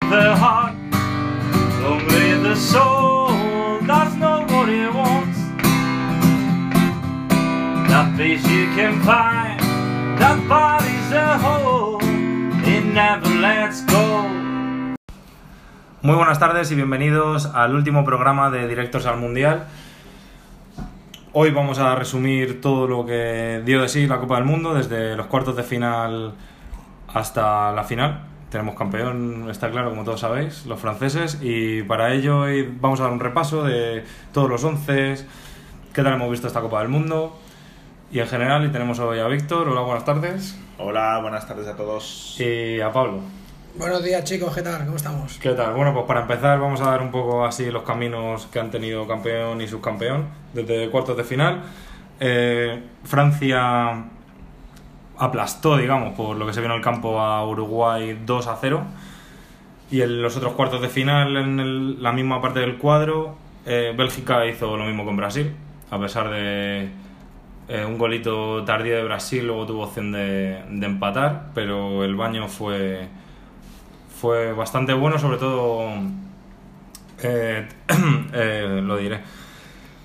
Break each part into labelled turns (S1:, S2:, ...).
S1: the heart, lonely the soul, that's not what it wants. That peace you can find, that body's a whole, it never lets go.
S2: Muy buenas tardes y bienvenidos al último programa de Directos al Mundial. Hoy vamos a resumir todo lo que dio de sí la Copa del Mundo, desde los cuartos de final hasta la final. Tenemos campeón, está claro, como todos sabéis, los franceses. Y para ello hoy vamos a dar un repaso de todos los once, qué tal hemos visto esta Copa del Mundo. Y en general, y tenemos hoy a Víctor, hola, buenas tardes.
S3: Hola, buenas tardes a todos.
S2: Y a Pablo.
S4: Buenos días chicos, ¿qué tal? ¿Cómo estamos?
S2: ¿Qué tal? Bueno, pues para empezar vamos a dar un poco así los caminos que han tenido campeón y subcampeón desde cuartos de final. Eh, Francia aplastó, digamos, por lo que se vio en el campo a Uruguay 2 a 0. Y en los otros cuartos de final, en el- la misma parte del cuadro, eh, Bélgica hizo lo mismo con Brasil, a pesar de eh, un golito tardío de Brasil, luego tuvo opción de, de empatar, pero el baño fue fue bastante bueno, sobre todo, eh, eh, lo diré,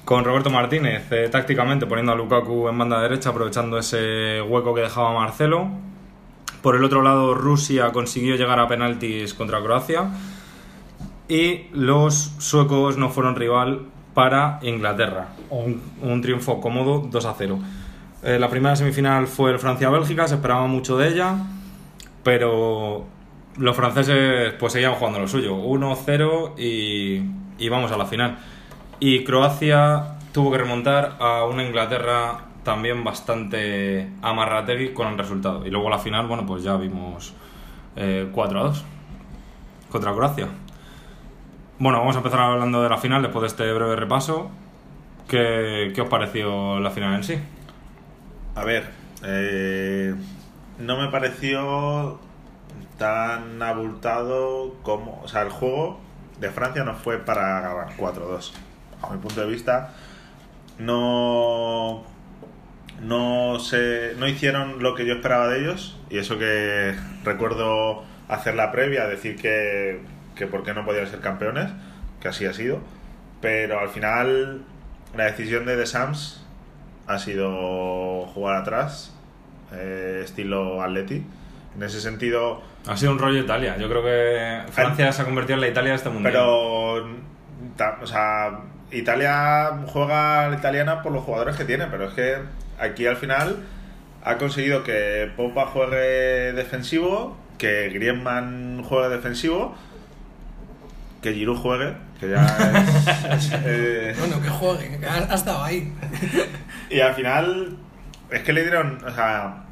S2: con Roberto Martínez eh, tácticamente poniendo a Lukaku en banda derecha, aprovechando ese hueco que dejaba Marcelo. Por el otro lado, Rusia consiguió llegar a penaltis contra Croacia. Y los suecos no fueron rival para Inglaterra. Un, un triunfo cómodo 2 a 0. Eh, la primera semifinal fue el Francia-Bélgica, se esperaba mucho de ella pero los franceses pues seguían jugando lo suyo, 1-0 y, y vamos a la final. Y Croacia tuvo que remontar a una Inglaterra también bastante amarrategui con el resultado. Y luego la final, bueno, pues ya vimos eh, 4-2 contra Croacia. Bueno, vamos a empezar hablando de la final después de este breve repaso. ¿Qué, qué os pareció la final en sí?
S3: A ver, eh, no me pareció tan abultado como... O sea, el juego de Francia no fue para ganar 4-2. A mi punto de vista, no... No, se, no hicieron lo que yo esperaba de ellos y eso que recuerdo hacer la previa, decir que, que por qué no podían ser campeones, que así ha sido, pero al final la decisión de The Sams ha sido jugar atrás, eh, estilo Atleti. En ese sentido,
S2: Ha sido un rollo Italia. Yo creo que Francia se ha convertido en la Italia de este mundial.
S3: pero. ta- O sea, Italia juega a la italiana por los jugadores que tiene, pero es que aquí al final ha conseguido que Popa juegue defensivo, que Griezmann juegue defensivo, que Giroud juegue, que ya es- es- eh,
S4: Bueno, que jueguen, que ha, ha estado ahí.
S3: Y al final, es que le dieron, o sea,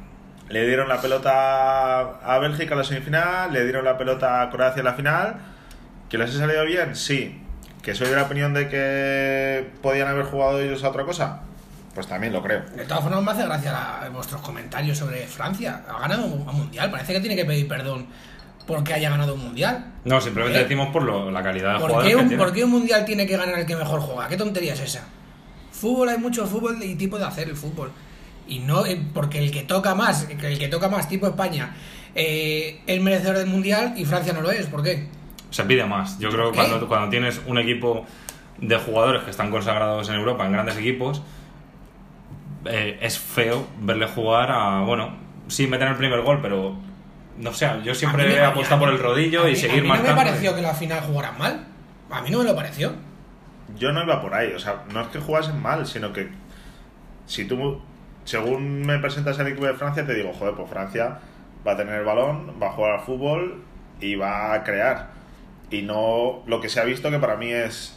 S3: le dieron la pelota a Bélgica en la semifinal, le dieron la pelota a Croacia en la final. ¿Que les ha salido bien? Sí. ¿Que soy de la opinión de que podían haber jugado ellos a otra cosa? Pues también lo creo.
S4: De todas formas me hace gracia la- vuestros comentarios sobre Francia. Ha ganado un un mundial, parece que tiene que pedir perdón porque haya ganado un mundial.
S2: No, simplemente
S4: ¿Eh?
S2: decimos por lo- la calidad de
S4: ¿Por qué,
S2: jugadores que
S4: un,
S2: tiene.
S4: por qué un mundial tiene que ganar el que mejor juega? ¿Qué tontería es esa? Fútbol hay mucho fútbol y tipo de hacer el fútbol. Y no, eh, porque el que toca más, que el que toca más, tipo España, eh, es merecedor del mundial y Francia no lo es. ¿Por qué?
S2: Se pide más. Yo creo que
S4: ¿Eh?
S2: cuando, cuando tienes un equipo de jugadores que están consagrados en Europa, en grandes equipos, eh, es feo verle jugar a, bueno, sí meten el primer gol, pero no sé, yo
S4: A mí
S2: siempre
S4: me-
S2: he apostado por el rodillo
S4: a
S2: y
S4: mí-
S2: seguir
S4: a mí
S2: marcando.
S4: No me pareció que la final jugaran mal. A mí no me lo pareció.
S3: Yo no iba por ahí, o sea, no es que jugasen mal, sino que si tú, según me presentas el equipo de Francia, te digo, joder, pues Francia va a tener el balón, va a jugar al fútbol y va a crear. Y no lo que se ha visto, que para mí es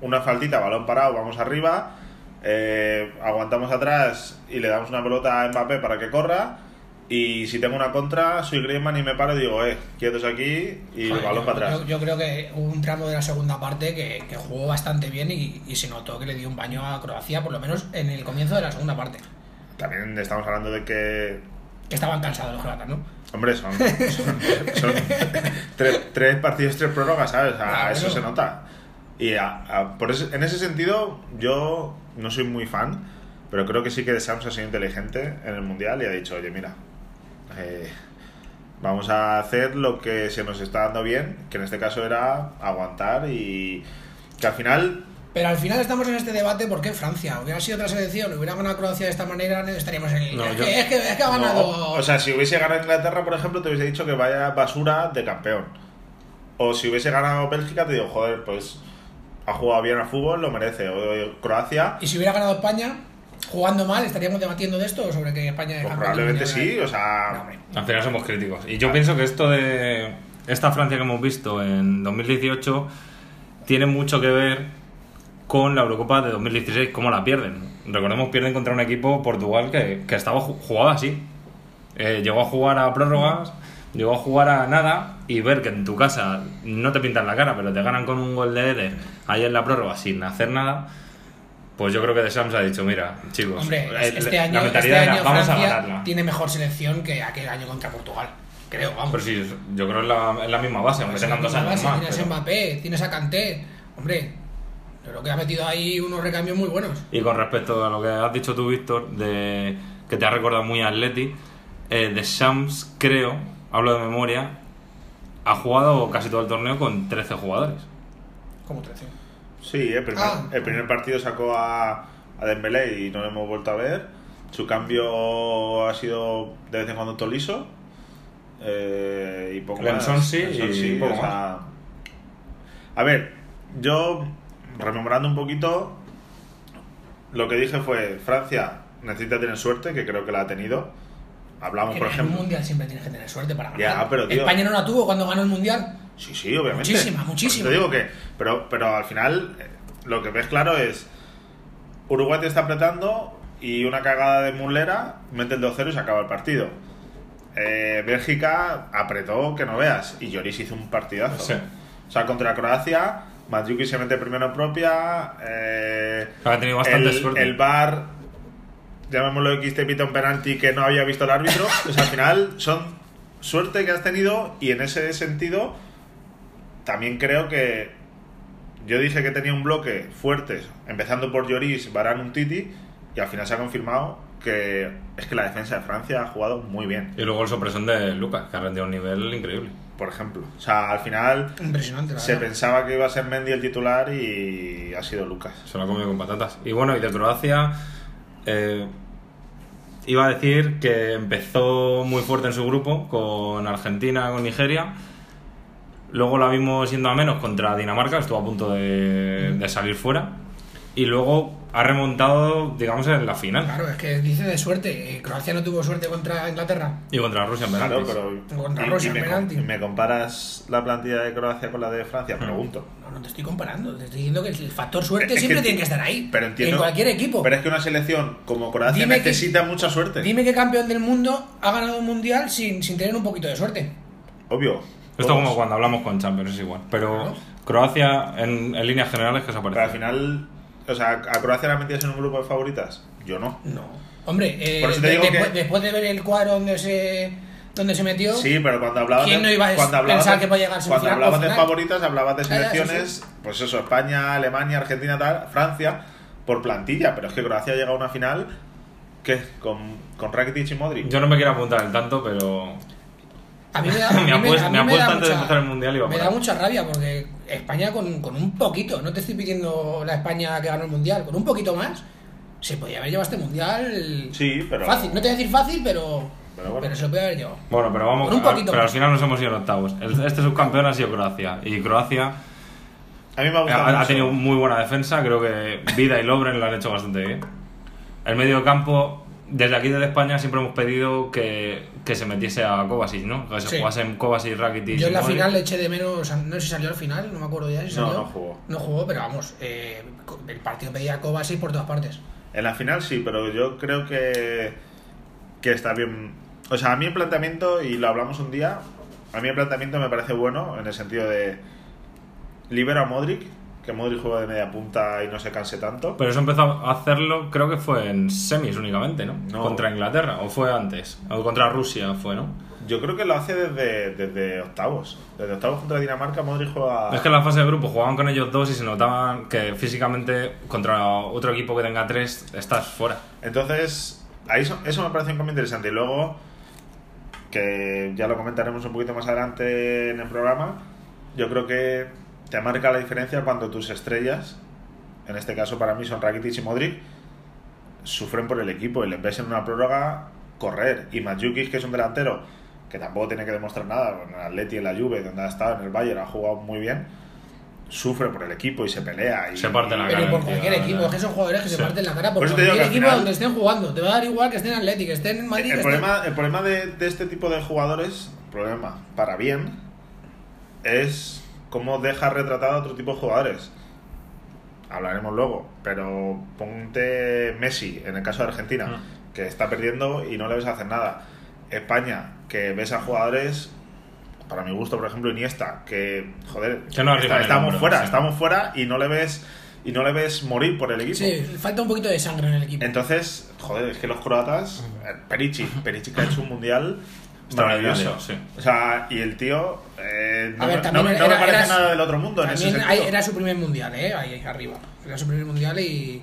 S3: una faltita, balón parado, vamos arriba, eh, aguantamos atrás y le damos una pelota a Mbappé para que corra. Y si tengo una contra, soy Griezmann y me paro y digo, eh, quietos aquí y
S4: Joder,
S3: balón
S4: yo,
S3: para atrás.
S4: yo- yo creo que hubo un tramo de la segunda parte que, que jugó bastante bien y, y se notó que le dio un baño a Croacia, por lo menos en el comienzo de la segunda parte.
S3: También estamos hablando de que
S4: Que estaban cansados los croatas, ¿no?
S3: Hombre, son, son- son tres, tres partidos, tres prórrogas, ¿sabes? A
S4: Ah,
S3: eso
S4: bueno.
S3: se nota. Y a- a- por ese- en ese sentido, yo no soy muy fan, pero creo que sí que Samsung ha sido inteligente en el Mundial y ha dicho, oye, mira, eh, Vamos a hacer lo que se nos está dando bien, que en este caso era aguantar y que al final
S4: Pero al final estamos en este debate porque Francia hubiera sido otra selección, hubiera ganado Croacia de esta manera, no estaríamos en el...
S2: No,
S4: es,
S2: yo-
S4: que, es, que, es que ha
S3: No,
S4: ganado...
S3: o sea, si hubiese ganado Inglaterra, por ejemplo, te hubiese dicho que vaya basura de campeón. O si hubiese ganado Bélgica, te digo, joder, pues ha jugado bien al fútbol, lo merece. O, o Croacia,
S4: y si hubiera ganado España, jugando mal, estaríamos debatiendo de esto o sobre que España es
S3: pues
S4: campeón
S3: probablemente
S4: mundial.
S3: sí, o
S4: No,
S3: sea,
S4: hombre.
S2: Al final somos críticos. Y yo pienso que esto de esta Francia que hemos visto en 2018 tiene mucho que ver con la Eurocopa de 2016, cómo la pierden. Recordemos, pierden contra un equipo Portugal que, que estaba ju- jugaba así. Eh, llegó a jugar a prórrogas, llegó a jugar a nada y ver que en tu casa no te pintan la cara, pero te ganan con un gol de Eder ahí en la prórroga sin hacer nada. Pues yo creo que De Sams ha dicho, mira, chicos,
S3: Pues,
S4: Hombre,
S2: eh,
S4: este
S2: la
S4: año, este
S2: mentalidad era,
S4: año
S2: vamos a
S4: Francia
S2: ganarla.
S4: tiene mejor selección que aquel año contra Portugal. Creo, vamos.
S2: Pero sí, es- yo creo que es la, es la misma base, aunque tengan dos años
S4: Base,
S2: más.
S4: tienes
S2: pero-
S4: a Mbappé, tienes a Kanté. Hombre, yo creo que ha metido ahí unos recambios muy buenos.
S2: Y con respecto a lo que has dicho tú, Víctor, de que te ha recordado muy a Atleti, eh, de Shams, creo, hablo de memoria, ha jugado casi todo el torneo con 13 jugadores.
S4: Como 13.
S3: sí, el primer,
S4: Ah.
S3: el primer partido sacó a, a Dembélé y no lo hemos vuelto a ver. Su cambio ha sido de vez en cuando Toliso. eh, y poco
S2: Clemson
S3: más.
S2: sí,
S3: Clemson
S2: y
S3: sí,
S2: poco
S3: o sea, A ver, yo rememorando un poquito, lo que dije fue, Francia necesita tener suerte, que creo que la ha tenido. Hablamos,
S4: Que
S3: por
S4: en
S3: ejemplo...
S4: un mundial siempre tienes que tener suerte para ganar.
S3: Ya, pero, tío.
S4: España no la tuvo cuando ganó el mundial.
S3: Sí, sí, obviamente.
S4: Muchísima, muchísima.
S3: Te digo que, pero, pero al final eh, lo que ves claro es, Uruguay te está apretando y una cagada de Muslera mete el 2-0 y se acaba el partido. Eh, Bélgica apretó que no veas y Lloris hizo un partidazo.
S2: Sí.
S3: O sea, contra Croacia, Mandzukic se mete primero en propia. Eh,
S2: Ha tenido bastante
S3: el,
S2: suerte.
S3: El bar, llamémoslo X, te pita un penalti que no había visto el árbitro. o sea, al final son suerte que has tenido y en ese sentido también creo que yo dije que tenía un bloque fuerte, empezando por Lloris, Barán, un Titi y al final se ha confirmado que es que la defensa de Francia ha jugado muy bien,
S2: Y luego el sorpresón de Lucas, que ha rendido un nivel increíble.
S3: por ejemplo. O sea, al final
S4: Impresionante, la
S3: se
S4: verdad.
S3: pensaba que iba a ser Mendy el titular y ha sido Lucas.
S2: Se lo ha comido con patatas. Y bueno, y de Croacia, eh, iba a decir que empezó muy fuerte en su grupo, con Argentina, con Nigeria. Luego la vimos siendo a menos contra Dinamarca, estuvo a punto de, de salir fuera. Y luego ha remontado, digamos, en la final.
S4: Claro, es que dice de suerte. eh, Croacia no tuvo suerte contra Inglaterra.
S2: Y contra Rusia en
S3: Claro,
S2: penaltis.
S3: pero
S4: Contra
S3: y- y
S4: Rusia,
S3: me, com-
S4: penalti.
S3: me comparas la plantilla de Croacia con la de Francia, pregunto.
S4: No, no te estoy comparando. Te estoy diciendo que el factor suerte
S3: Es
S4: siempre
S3: que-
S4: tiene que estar ahí.
S3: Pero entiendo.
S4: En cualquier equipo.
S3: Pero es que una selección como Croacia
S4: Dime que-
S3: necesita mucha suerte.
S4: Dime qué campeón del mundo ha ganado un mundial sin, sin tener un poquito de suerte.
S3: Obvio.
S2: Esto
S3: Todos.
S2: como cuando hablamos con Champions, es igual. Pero
S4: Claro.
S2: Croacia, en, en líneas generales, que se
S3: Pero al
S2: aparece.
S3: final, o sea, ¿a Croacia la metías en un grupo de favoritas? Yo no.
S4: No. Hombre, eh,
S3: Por eso te
S4: de-
S3: digo
S4: después,
S3: que-
S4: después de ver el cuadro donde se, donde se metió,
S3: Sí, pero cuando hablabas
S4: ¿Quién
S3: de,
S4: no iba a
S3: cuando hablabas
S4: pensar
S3: de-
S4: que podía llegar a
S3: cuando
S4: semifinal
S3: hablabas
S4: o
S3: de
S4: final?
S3: favoritas, hablabas de
S4: Ya, ya, sí,
S3: selecciones, pues eso, España, Alemania, Argentina, tal, Francia, por plantilla, pero es que Croacia llega a una final que con, con Rakitic y Modric.
S2: Yo no me quiero apuntar el tanto, pero
S4: a mí me da,
S2: Me
S4: a mí me da-
S2: apuesta-
S4: a mí
S2: me
S4: me
S2: apuesta
S4: da
S2: antes de
S4: mucha-
S2: empezar el Mundial y va
S4: Me
S2: por
S4: da
S2: ahí.
S4: mucha rabia porque España con, con un poquito, no te estoy pidiendo la España que ganó el mundial, con un poquito más, se podía haber llevado este mundial
S3: Sí, pero
S4: fácil. No te voy a decir fácil, pero,
S3: Pero bueno.
S4: pero se lo podía haber llevado.
S2: Bueno, pero vamos.
S4: Con un poquito
S2: pero al
S4: más.
S2: final nos hemos ido en octavos. El- Este subcampeón ha sido Croacia. Y Croacia
S3: a mí me ha gustado
S2: ha, ha
S3: mucho.
S2: tenido muy buena defensa. Creo que Vida y Lobren lo han hecho bastante bien. El medio campo, desde aquí desde España, siempre hemos pedido que, que se metiese a Kovacic, ¿no? Que se
S4: Sí.
S2: jugasen Kovacic, Rakitic.
S4: Yo en la
S2: Modric.
S4: final le eché de menos, a- no sé si salió al final, no me acuerdo ya si
S3: eh. No,
S4: salió.
S3: no jugó.
S4: No jugó, pero vamos, eh, co- el partido pedía a Kovacic por todas partes.
S3: En la final sí, pero yo creo que, que está bien. O sea, a mí el planteamiento, y lo hablamos un día, a mí el planteamiento me parece bueno en el sentido de libero a Modric, que Modric juega de media punta y no se canse tanto.
S2: Pero eso empezó a hacerlo, creo que fue en semis únicamente, ¿no?
S3: No.
S2: Contra Inglaterra, o fue antes. O contra Rusia fue, ¿no?
S3: Yo creo que lo hace desde, desde octavos. Desde octavos contra Dinamarca, Modric juega...
S2: Es que en la fase de grupo jugaban con ellos dos y se notaban que físicamente contra otro equipo que tenga tres estás fuera.
S3: Entonces, ahí eso, eso me parece un cambio interesante. Y luego, que ya lo comentaremos un poquito más adelante en el programa, yo creo que te marca la diferencia cuando tus estrellas, en este caso para mí son Rakitic y Modric, sufren por el equipo y les ves en una prórroga correr. Y Mandzukic, que es un delantero que tampoco tiene que demostrar nada, en el Atleti, en la Juve, donde ha estado, en el Bayern, ha jugado muy bien, sufre por el equipo y se pelea. Y,
S2: Se parte la
S3: y-
S2: cara.
S4: Pero por
S2: tío,
S4: cualquier
S2: la
S4: equipo,
S2: verdad.
S4: es que son jugadores que se
S3: Sí.
S4: parten la cara por,
S3: Por eso te digo
S4: cualquier
S3: que al
S4: equipo
S3: final-
S4: donde estén jugando. Te va a dar igual que estén en Atlético, que estén en Madrid.
S3: El
S4: que
S3: problema, el problema de, de este tipo de jugadores, problema para bien, es cómo deja retratado a otro tipo de jugadores. Hablaremos luego, pero ponte Messi, en el caso de Argentina,
S2: Ah.
S3: que está perdiendo y no le ves hacer nada. España, que ves a jugadores, para mi gusto, por ejemplo, Iniesta, que, joder,
S2: Que no arriba en el
S3: estamos
S2: hombro,
S3: fuera,
S2: sí.
S3: estamos fuera y no le ves y no le ves morir por el equipo.
S4: estén- Sí, falta un poquito de sangre en el equipo.
S3: Entonces, joder, es que los croatas, Perici, Perici que ha hecho un mundial
S2: Está
S3: maravilloso.
S2: maravilloso, sí.
S3: O sea, y el tío eh, no,
S4: A ver,
S3: me-
S4: también
S3: no me- no
S4: era-
S3: me parece
S4: eras-
S3: nada del otro mundo en ese
S4: También
S3: sentido.
S4: ahí era su primer mundial, ¿eh? Ahí arriba. Era su primer mundial y,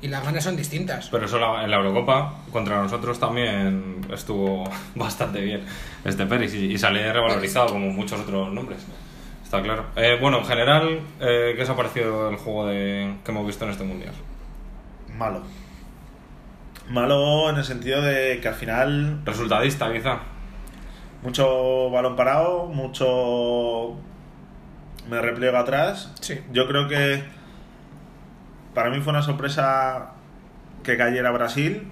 S4: y las ganas son distintas.
S2: Pero eso la- en la Eurocopa, contra nosotros también estuvo bastante bien este Peris y, y sale revalorizado como muchos otros nombres. Está claro. Eh, bueno, en general, eh, ¿qué os ha parecido el juego de, que hemos visto en este mundial?
S3: Malo. Malo en el sentido de que al final
S2: Resultadista, quizá.
S3: mucho balón parado, mucho me repliego atrás.
S4: Sí.
S3: Yo creo que para mí fue una sorpresa que cayera Brasil,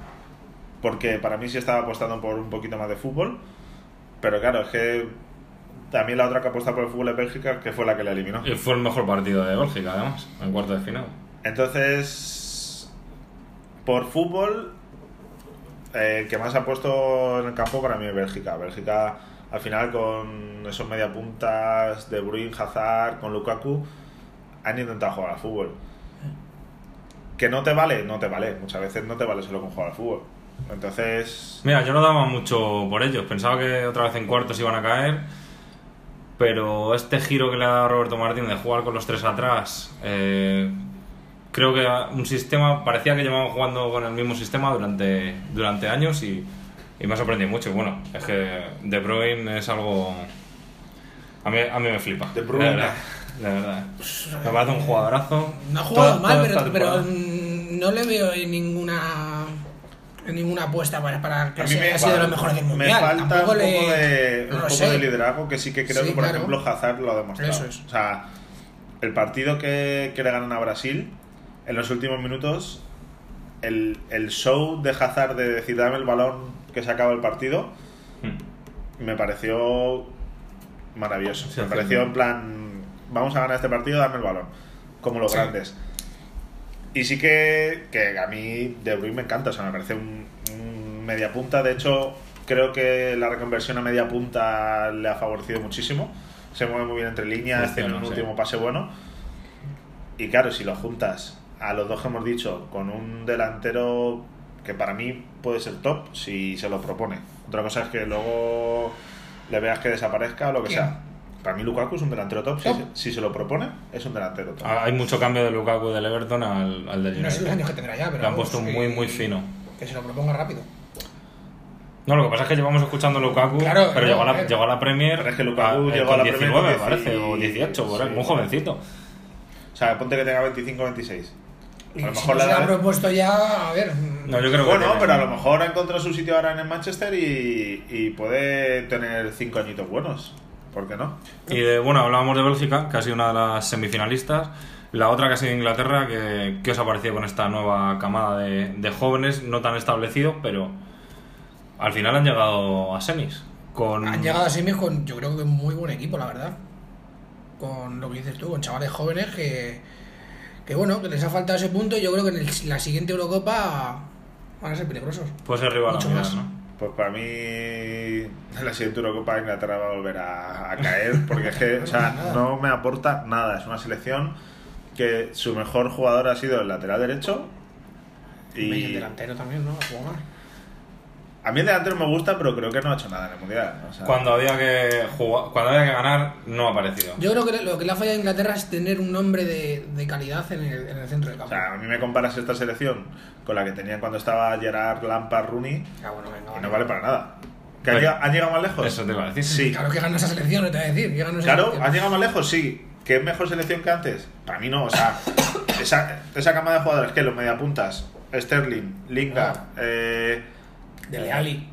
S3: porque para mí sí estaba apostando por un poquito más de fútbol, pero claro, es que también la otra que apuesta por el fútbol es Bélgica, que fue la que la eliminó.
S2: Y Eh, fue el mejor partido de Bélgica, además, en cuarto de final.
S3: Entonces, por fútbol, eh, el que más ha puesto en el campo para mí es Bélgica. Bélgica, al final, con esos mediapuntas de Bruyne, Hazard, con Lukaku, han intentado jugar al fútbol. ¿Que no te vale? No te vale. Muchas veces no te vale solo con jugar al fútbol. Entonces,
S2: Mira, yo no daba mucho por ellos. Pensaba que otra vez en cuartos iban a caer. Pero este giro que le ha dado Roberto Martín de jugar con los tres atrás, eh, creo que un sistema, parecía que llevaban jugando con el mismo sistema durante, durante años y, y me ha sorprendido mucho. Y Bueno, es que De Bruyne es algo... A mí, a mí me flipa.
S3: De Bruyne.
S2: De verdad. de verdad. Me parece un jugadorazo.
S4: No ha jugado
S2: Toda-
S4: mal,
S2: toda
S4: pero,
S2: esta
S4: pero
S2: temporada.
S4: mm, no le veo en ninguna en ninguna apuesta para, para que
S3: a mí
S4: sea,
S3: me,
S4: haya sido
S3: fal-
S4: lo mejor del
S3: me
S4: mundial.
S3: falta un
S4: Tampoco
S3: poco,
S4: le-
S3: de,
S4: no
S3: un
S4: lo
S3: poco
S4: sé.
S3: de liderazgo que sí que creo
S4: Sí,
S3: que, por
S4: claro.
S3: ejemplo, Hazard lo ha demostrado.
S4: Eso es.
S3: O sea, el partido que, que le ganan a Brasil, en los últimos minutos, el, el show de Hazard de decir dame el balón que se acaba el partido,
S2: Mm.
S3: me pareció maravilloso.
S2: Sí,
S3: me
S2: hace
S3: pareció
S2: bien.
S3: en plan, vamos a ganar este partido, dame el balón. Como los
S4: Sí.
S3: grandes. Y sí que, que a mí De Bruyne me encanta, o sea, me parece un, un media punta. De hecho, creo que la reconversión a media punta le ha favorecido muchísimo. Se mueve muy bien entre líneas,
S2: Funciona,
S3: tiene un
S2: sí.
S3: último pase bueno. Y claro, si lo juntas a los dos que hemos dicho con un delantero que para mí puede ser top si se lo propone. Otra cosa es que luego le veas que desaparezca o lo que
S4: ¿Quién?
S3: sea. Para mí Lukaku es un delantero top. Si
S4: Top.
S3: se- Si, se lo propone, es un delantero top.
S2: Hay mucho cambio de Lukaku del Everton al, al del United.
S4: No sé los años que tendrá ya, pero.
S2: Le han
S4: vamos,
S2: puesto
S4: que-
S2: muy, muy fino.
S4: Que se lo proponga rápido.
S2: No, lo que pasa es que llevamos escuchando a Lukaku,
S4: Claro,
S2: pero
S4: claro,
S2: llegó, a la,
S4: claro.
S2: llegó a la Premier
S3: Pero es que Lukaku
S2: eh,
S3: llegó
S2: con
S3: a la Premier
S2: 19, me
S3: con
S2: parece, o
S3: 18,
S2: 18, por ahí,
S3: sí.
S2: muy jovencito.
S3: O sea, ponte que tenga 25 26. A
S4: Y
S3: lo
S4: si
S3: mejor
S4: no
S3: le
S4: se lo ha
S3: da...
S4: propuesto ya, a ver. mm,
S2: No, yo creo que
S3: Bueno,
S2: tiene-
S3: pero a lo mejor ha encontrado su sitio ahora en el Manchester y, y puede tener 5 añitos buenos. ¿Por qué no?
S2: Y de, bueno, hablábamos de Bélgica, que ha sido una de las semifinalistas. La otra que ha sido Inglaterra, que, ¿qué os ha parecido con esta nueva camada de, de jóvenes, no tan establecidos, pero al final han llegado a semis. Con...
S4: Han llegado a semis con, yo creo que un muy buen equipo, la verdad. Con lo que dices tú, con chavales jóvenes que. Que bueno, que les ha faltado ese punto. y Yo creo que en el- la siguiente Eurocopa van a ser peligrosos.
S2: Puede ser rival a la
S4: Mucho
S2: final,
S4: más.
S2: ¿no?
S3: Pues para mí, en la siguiente Eurocopa Inglaterra va a volver a, a caer, porque es que, o sea, no me aporta nada. Es una selección que su mejor jugador ha sido el lateral derecho.
S4: Y el
S3: Y
S4: delantero también, ¿no? Juega más.
S3: a mí el delantero me gusta, pero creo que no ha hecho nada en el mundial. o sea,
S2: Cuando había que jugar, cuando había que ganar, no ha aparecido.
S4: Yo creo que lo que le ha fallado a Inglaterra es tener un nombre de, de calidad en el, en el centro del
S3: o
S4: campo.
S3: sea, a mí me comparas esta selección con la que tenían cuando estaba Gerard Lampard Rooney
S4: Ah, bueno, venga,
S3: y
S4: vale.
S3: no vale para nada. ¿Que
S2: Bueno.
S3: han, llegado, han llegado más lejos?
S2: Pues, Eso te iba a decir.
S3: Sí.
S4: Mm, Claro que ganó esa selección, no te voy a decir. que ganó esa
S3: Claro,
S4: selección.
S3: ¿han llegado más lejos? Sí. ¿Que es mejor selección que antes? Para mí no, o sea, esa, esa cama de jugadores que los mediapuntas, Sterling, Lingard,
S4: Ah.
S3: eh,
S4: De Leali.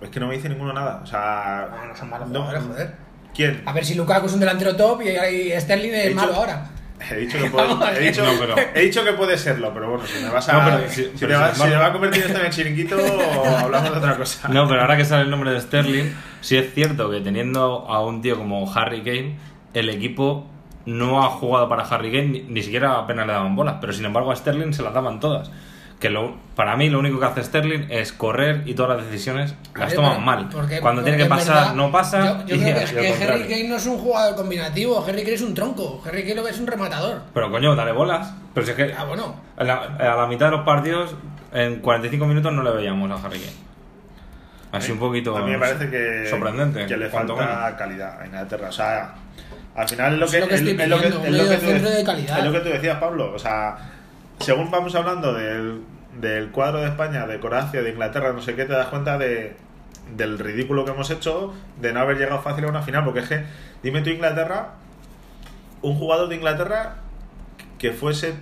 S3: es que no me dice ninguno nada, o sea...
S4: Ah, no son malos
S3: no-
S4: jugadores, joder.
S3: ¿Quién?
S4: A ver si Lukaku es un delantero top y, y Sterling es
S3: He dicho-
S4: malo ahora.
S3: He dicho, que puede,
S4: Vamos,
S3: he, dicho,
S2: No, pero-
S3: he dicho que puede serlo, pero bueno, si me vas a...
S2: No, pero si-
S3: si,
S2: pero
S3: me
S2: sin
S3: va, si me
S2: embargo-
S3: va a convertir esto en el chiringuito, hablamos de otra cosa.
S2: No, pero ahora que sale el nombre de Sterling, sí es cierto que teniendo a un tío como Harry Kane, el equipo no ha jugado para Harry Kane, ni, ni siquiera apenas le daban bolas, pero sin embargo a Sterling se las daban todas. Que lo, para mí lo único que hace Sterling es correr y todas las decisiones
S4: A
S2: las
S4: ver,
S2: toman
S4: pero-
S2: mal.
S4: porque-
S2: Cuando tiene que
S4: porque en
S2: pasar,
S4: verdad,
S2: no pasa.
S4: Yo, yo
S2: y
S4: creo que,
S2: así al
S4: que Harry
S2: contrario.
S4: Kane no es un jugador combinativo. Harry Kane es un tronco. Harry Kane lo que es un rematador.
S2: Pero coño, dale bolas. Pero si es que
S4: Ah, bueno.
S2: a, la, a la mitad de los partidos, en 45 minutos no le veíamos a Harry Kane.
S4: Eh,
S2: Así un poquito
S3: A mí me parece que,
S2: sorprendente.
S3: que le
S2: cuanto
S3: falta
S2: menos.
S3: calidad a Inglaterra. O sea, al final es lo
S4: Es
S3: que,
S4: lo que
S3: es-
S4: estoy
S3: es lo que-
S4: pidiendo,
S3: es lo
S4: un
S3: que tú
S4: mediocentro
S3: de-
S4: de calidad.
S3: es lo que tú decías, Pablo. O sea, según vamos hablando del, del cuadro de España, de Croacia, de Inglaterra, no sé qué, te das cuenta de, del ridículo que hemos hecho de no haber llegado fácil a una final. Porque es que, dime tú, Inglaterra, un jugador de Inglaterra que fuese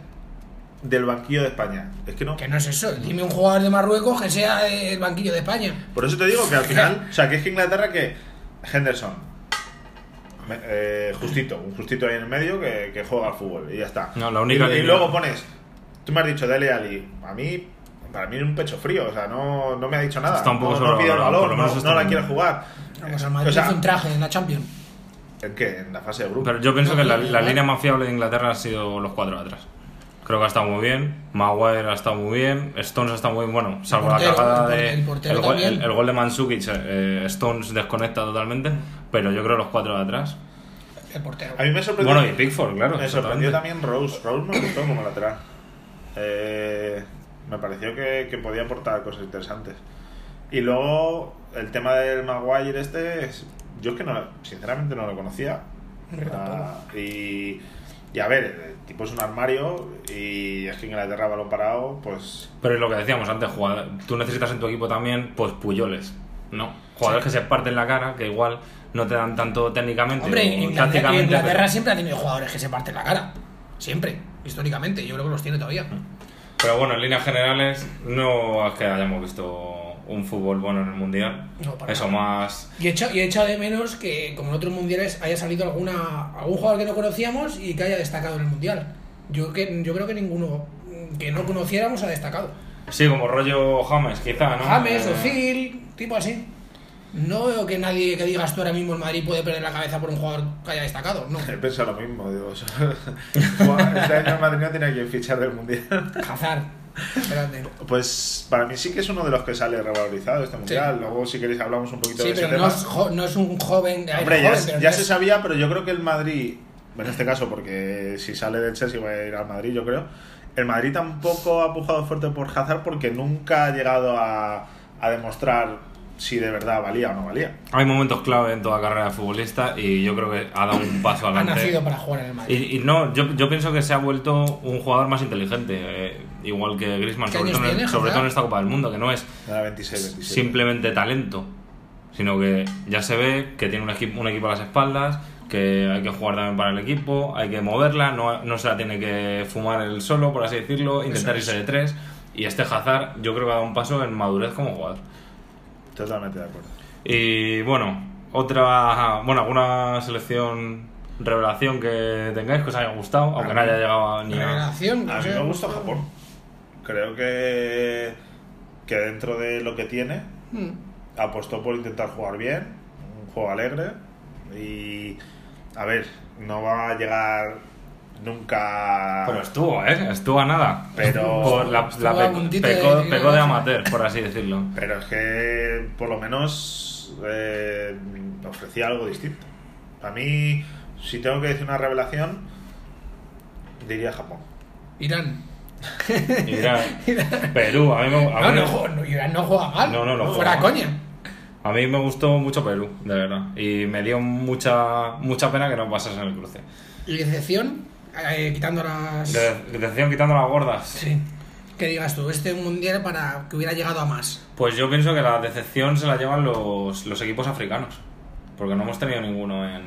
S3: del banquillo de España. Es que no.
S4: Que no es eso. Dime un jugador de Marruecos que sea el banquillo de España.
S3: Por eso te digo que al final, o sea, que es que Inglaterra que Henderson, me- eh, justito, un justito ahí en el medio que, que juega al fútbol y ya está.
S2: No, la única
S3: y,
S2: que-
S3: y luego pones, tú me has dicho Dele Ali, a mí, para mí es un pecho frío, o sea, no, no me ha dicho nada.
S2: Está un poco
S3: no, no pide el
S2: sobrevalorado, por
S3: balón,
S2: lo
S3: no,
S2: menos está
S3: no la
S2: bien.
S3: quiere jugar.
S4: Vamos,
S3: Eh,
S4: al Madrid
S3: o sea,
S4: hizo un traje en la Champions.
S3: ¿En qué? En la fase de grupo.
S2: Pero yo pienso
S4: No,
S2: que la,
S4: no,
S2: la
S4: no.
S2: línea más fiable de Inglaterra ha sido los cuatro de atrás. Creo que ha estado muy bien, Maguire ha estado muy bien, Stones ha estado muy bien, bueno, salvo
S4: portero,
S2: la cagada
S4: el por-
S2: de
S4: el portero
S2: gol,
S4: también.
S2: el- el gol de Mandzukic, eh, Stones desconecta totalmente, pero yo creo los cuatro de atrás.
S4: El portero.
S3: a mí me sorprendió.
S2: Bueno, y Pickford, claro.
S3: Me sorprendió
S2: exactamente.
S3: también Rose. Rose me gustó como lateral. Eh, me pareció que, que podía aportar cosas interesantes. Y luego el tema del Maguire este, es- yo es que no, sinceramente no lo conocía.
S4: Yo
S3: Ah, y, y a ver, el tipo es un armario y es que Inglaterra balón parado, pues
S2: Pero es lo que decíamos antes, jugador- tú necesitas en tu equipo también, pues, puyoles, ¿no? Jugadores que se parten la cara, que igual no te dan tanto técnicamente
S4: Hombre,
S2: o
S4: Inglaterra,
S2: tácticamente.
S4: Inglaterra
S2: pero-
S4: siempre ha tenido jugadores que se parten la cara. Siempre. Históricamente. Yo creo que los tiene todavía.
S2: Pero bueno, en líneas generales, no es que hayamos visto un fútbol bueno en el Mundial.
S4: No, para
S2: Eso más.
S4: Y he hecho, y he echado de menos que, como en otros mundiales, haya salido alguna algún jugador que no conocíamos y que haya destacado en el mundial. Yo, que, yo creo que ninguno que no conociéramos ha destacado.
S2: Sí, como rollo James, quizá, ¿no?
S4: James,
S2: Eh,
S4: Ozil, tipo así. No veo que nadie que digas tú ahora mismo en Madrid puede perder la cabeza por un jugador que haya destacado. No.
S3: he pensado lo mismo. Digo, "Buah, este año el Madrid no tiene a quien fichar del Mundial.
S4: Hazard. Espérate.
S3: Pues para mí sí que es uno de los que sale revalorizado este Mundial. Luego si queréis hablamos un poquito
S4: Sí,
S3: de ese
S4: pero no
S3: tema.
S4: es, jo- no es un joven. a ver,
S3: Hombre,
S4: joven,
S3: ya,
S4: pero
S3: ya
S4: no
S3: se
S4: es-
S3: sabía, pero yo creo que el Madrid, en este caso, porque si sale del Chelsea va a ir al Madrid, yo creo. El Madrid tampoco ha pujado fuerte por Hazard porque nunca ha llegado a, a demostrar si de verdad valía o no valía.
S2: Hay momentos clave en toda carrera de futbolista y yo creo que ha dado un paso
S4: Ha
S2: adelante.
S4: nacido para jugar en el Madrid.
S2: Y, y no, yo, yo pienso que se ha vuelto un jugador más inteligente, eh, igual que Griezmann,
S4: ¿Qué
S2: sobre,
S4: años
S2: todo, en-
S4: tiene,
S2: sobre
S4: Hazard?
S2: todo en esta Copa del Mundo, que no es
S3: Era 26, 27.
S2: simplemente talento, sino que ya se ve que tiene un, equipo un equipo a las espaldas, que hay que jugar también para el equipo, hay que moverla, no, no se la tiene que fumar el solo, por así decirlo, intentar irse de tres. Y este Hazard yo creo que ha dado un paso en madurez como jugador.
S3: Totalmente de acuerdo.
S2: Y bueno, otra, bueno, alguna selección revelación que tengáis que os haya gustado, aunque no haya llegado ni a...
S4: Revelación,
S3: A
S4: no
S3: mí
S4: sé.
S3: me gusta Japón. Creo que, que dentro de lo que tiene,
S4: Mm.
S3: apostó por intentar jugar bien, un juego alegre y a ver, no va a llegar nunca
S2: Pero estuvo, ¿eh? Estuvo a nada.
S3: Pero-
S2: Por la,
S4: Estuvo
S2: la
S4: a
S2: pe-
S4: puntito de-
S2: pecó,
S4: de-
S2: pecó de amateur, por así decirlo.
S3: pero es que por lo menos eh, ofrecía algo distinto. A mí, si tengo que decir una revelación, diría Japón.
S4: Irán.
S2: Y era Perú, a mí, me, a,
S4: Ah, No,
S2: mí,
S4: no, juega- no, Irán no juega
S2: Ah,
S4: mal.
S2: No, no, no
S4: Fuera
S2: juega mal.
S4: coña.
S2: a mí me gustó mucho Perú, de verdad. Y me dio mucha mucha pena que no pasase en el cruce.
S4: Y decepción, eh, quitando las.
S2: De, de- decían quitando las gordas.
S4: Sí. que digas tú, este mundial para que hubiera llegado a más.
S2: Pues yo pienso que la decepción se la llevan los, los equipos africanos, porque no hemos tenido ninguno en,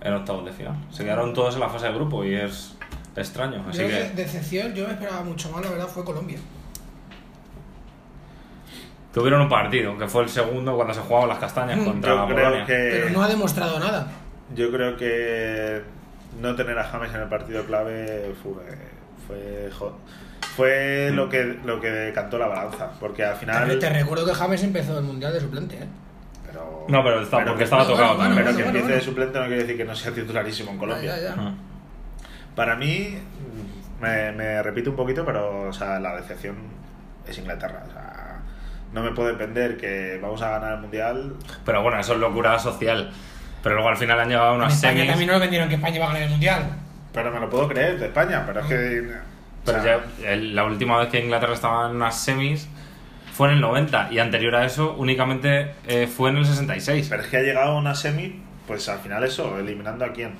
S2: en octavos de final. Se quedaron todos en la fase de grupo y es extraño. Así
S4: yo, de-
S2: que, Eh.
S4: decepción, yo me esperaba mucho más, la verdad, fue Colombia.
S2: tuvieron un partido, que fue el segundo cuando se jugaban las castañas
S4: Mm.
S2: contra
S3: Yo
S2: Polonia.
S3: creo, que,
S4: Pero no ha demostrado nada.
S3: yo creo que no tener a James en el partido clave fue fue, jo- fue
S2: Mm.
S3: lo que lo que decantó la balanza, porque al
S4: Te,
S3: final
S4: te recuerdo que James empezó el mundial de suplente, ¿eh?
S3: pero,
S2: No, pero, está- porque estaba
S4: bueno,
S2: tocado.
S4: bueno,
S2: también.
S3: pero que
S4: bueno,
S3: empiece
S4: bueno.
S3: de suplente no quiere decir que no sea titularísimo en Colombia.
S4: Ya, ya, ya.
S2: Ajá.
S3: Para mí, me, me repito un poquito, pero o sea, la decepción es Inglaterra. O sea, no me puede vender que vamos a ganar el mundial.
S2: Pero bueno, eso es locura social. Pero luego al final han llegado a
S4: En
S2: unas
S4: España
S2: semis.
S4: también no vendieron que España iba a ganar el mundial.
S3: Pero me lo puedo creer de España, pero es que.
S2: Pero
S3: o sea,
S2: ya el- la última vez que Inglaterra estaba en unas semis fue en el 90 y anterior a eso únicamente eh, fue en el 66.
S3: pero es que ha llegado a una semi, pues al final eso, eliminando a quién.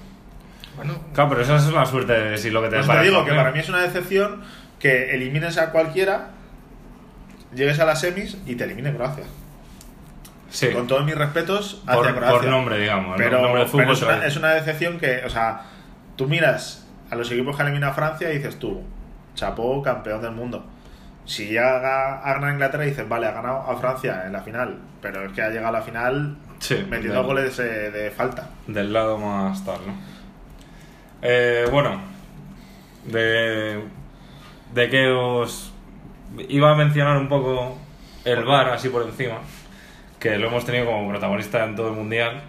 S4: Bueno,
S2: Claro, pero esa es la suerte de si lo que te
S3: Pues
S2: depara
S3: te
S2: el
S3: digo que
S2: torneo.
S3: para mí es una decepción que elimines a cualquiera, llegues a las semis y te elimine Croacia.
S2: Sí,
S3: Con todos mis respetos hacia
S2: por,
S3: Croacia.
S2: por nombre, digamos.
S3: Pero,
S2: el nombre de fútbol
S3: pero es, una,
S2: pero-
S3: es una decepción que, o sea, tú miras a los equipos que han eliminado a Francia y dices tú, chapó, campeón del mundo. Si llega a ganar Inglaterra y dices, vale, ha ganado a Francia en la final, pero es que ha llegado a la final
S2: Sí,
S3: metiendo
S2: del-
S3: goles eh, de falta.
S2: Del lado más tal, ¿no? Eh, bueno, de, de que os iba a mencionar un poco el bar así por encima, que lo hemos tenido como protagonista en todo el mundial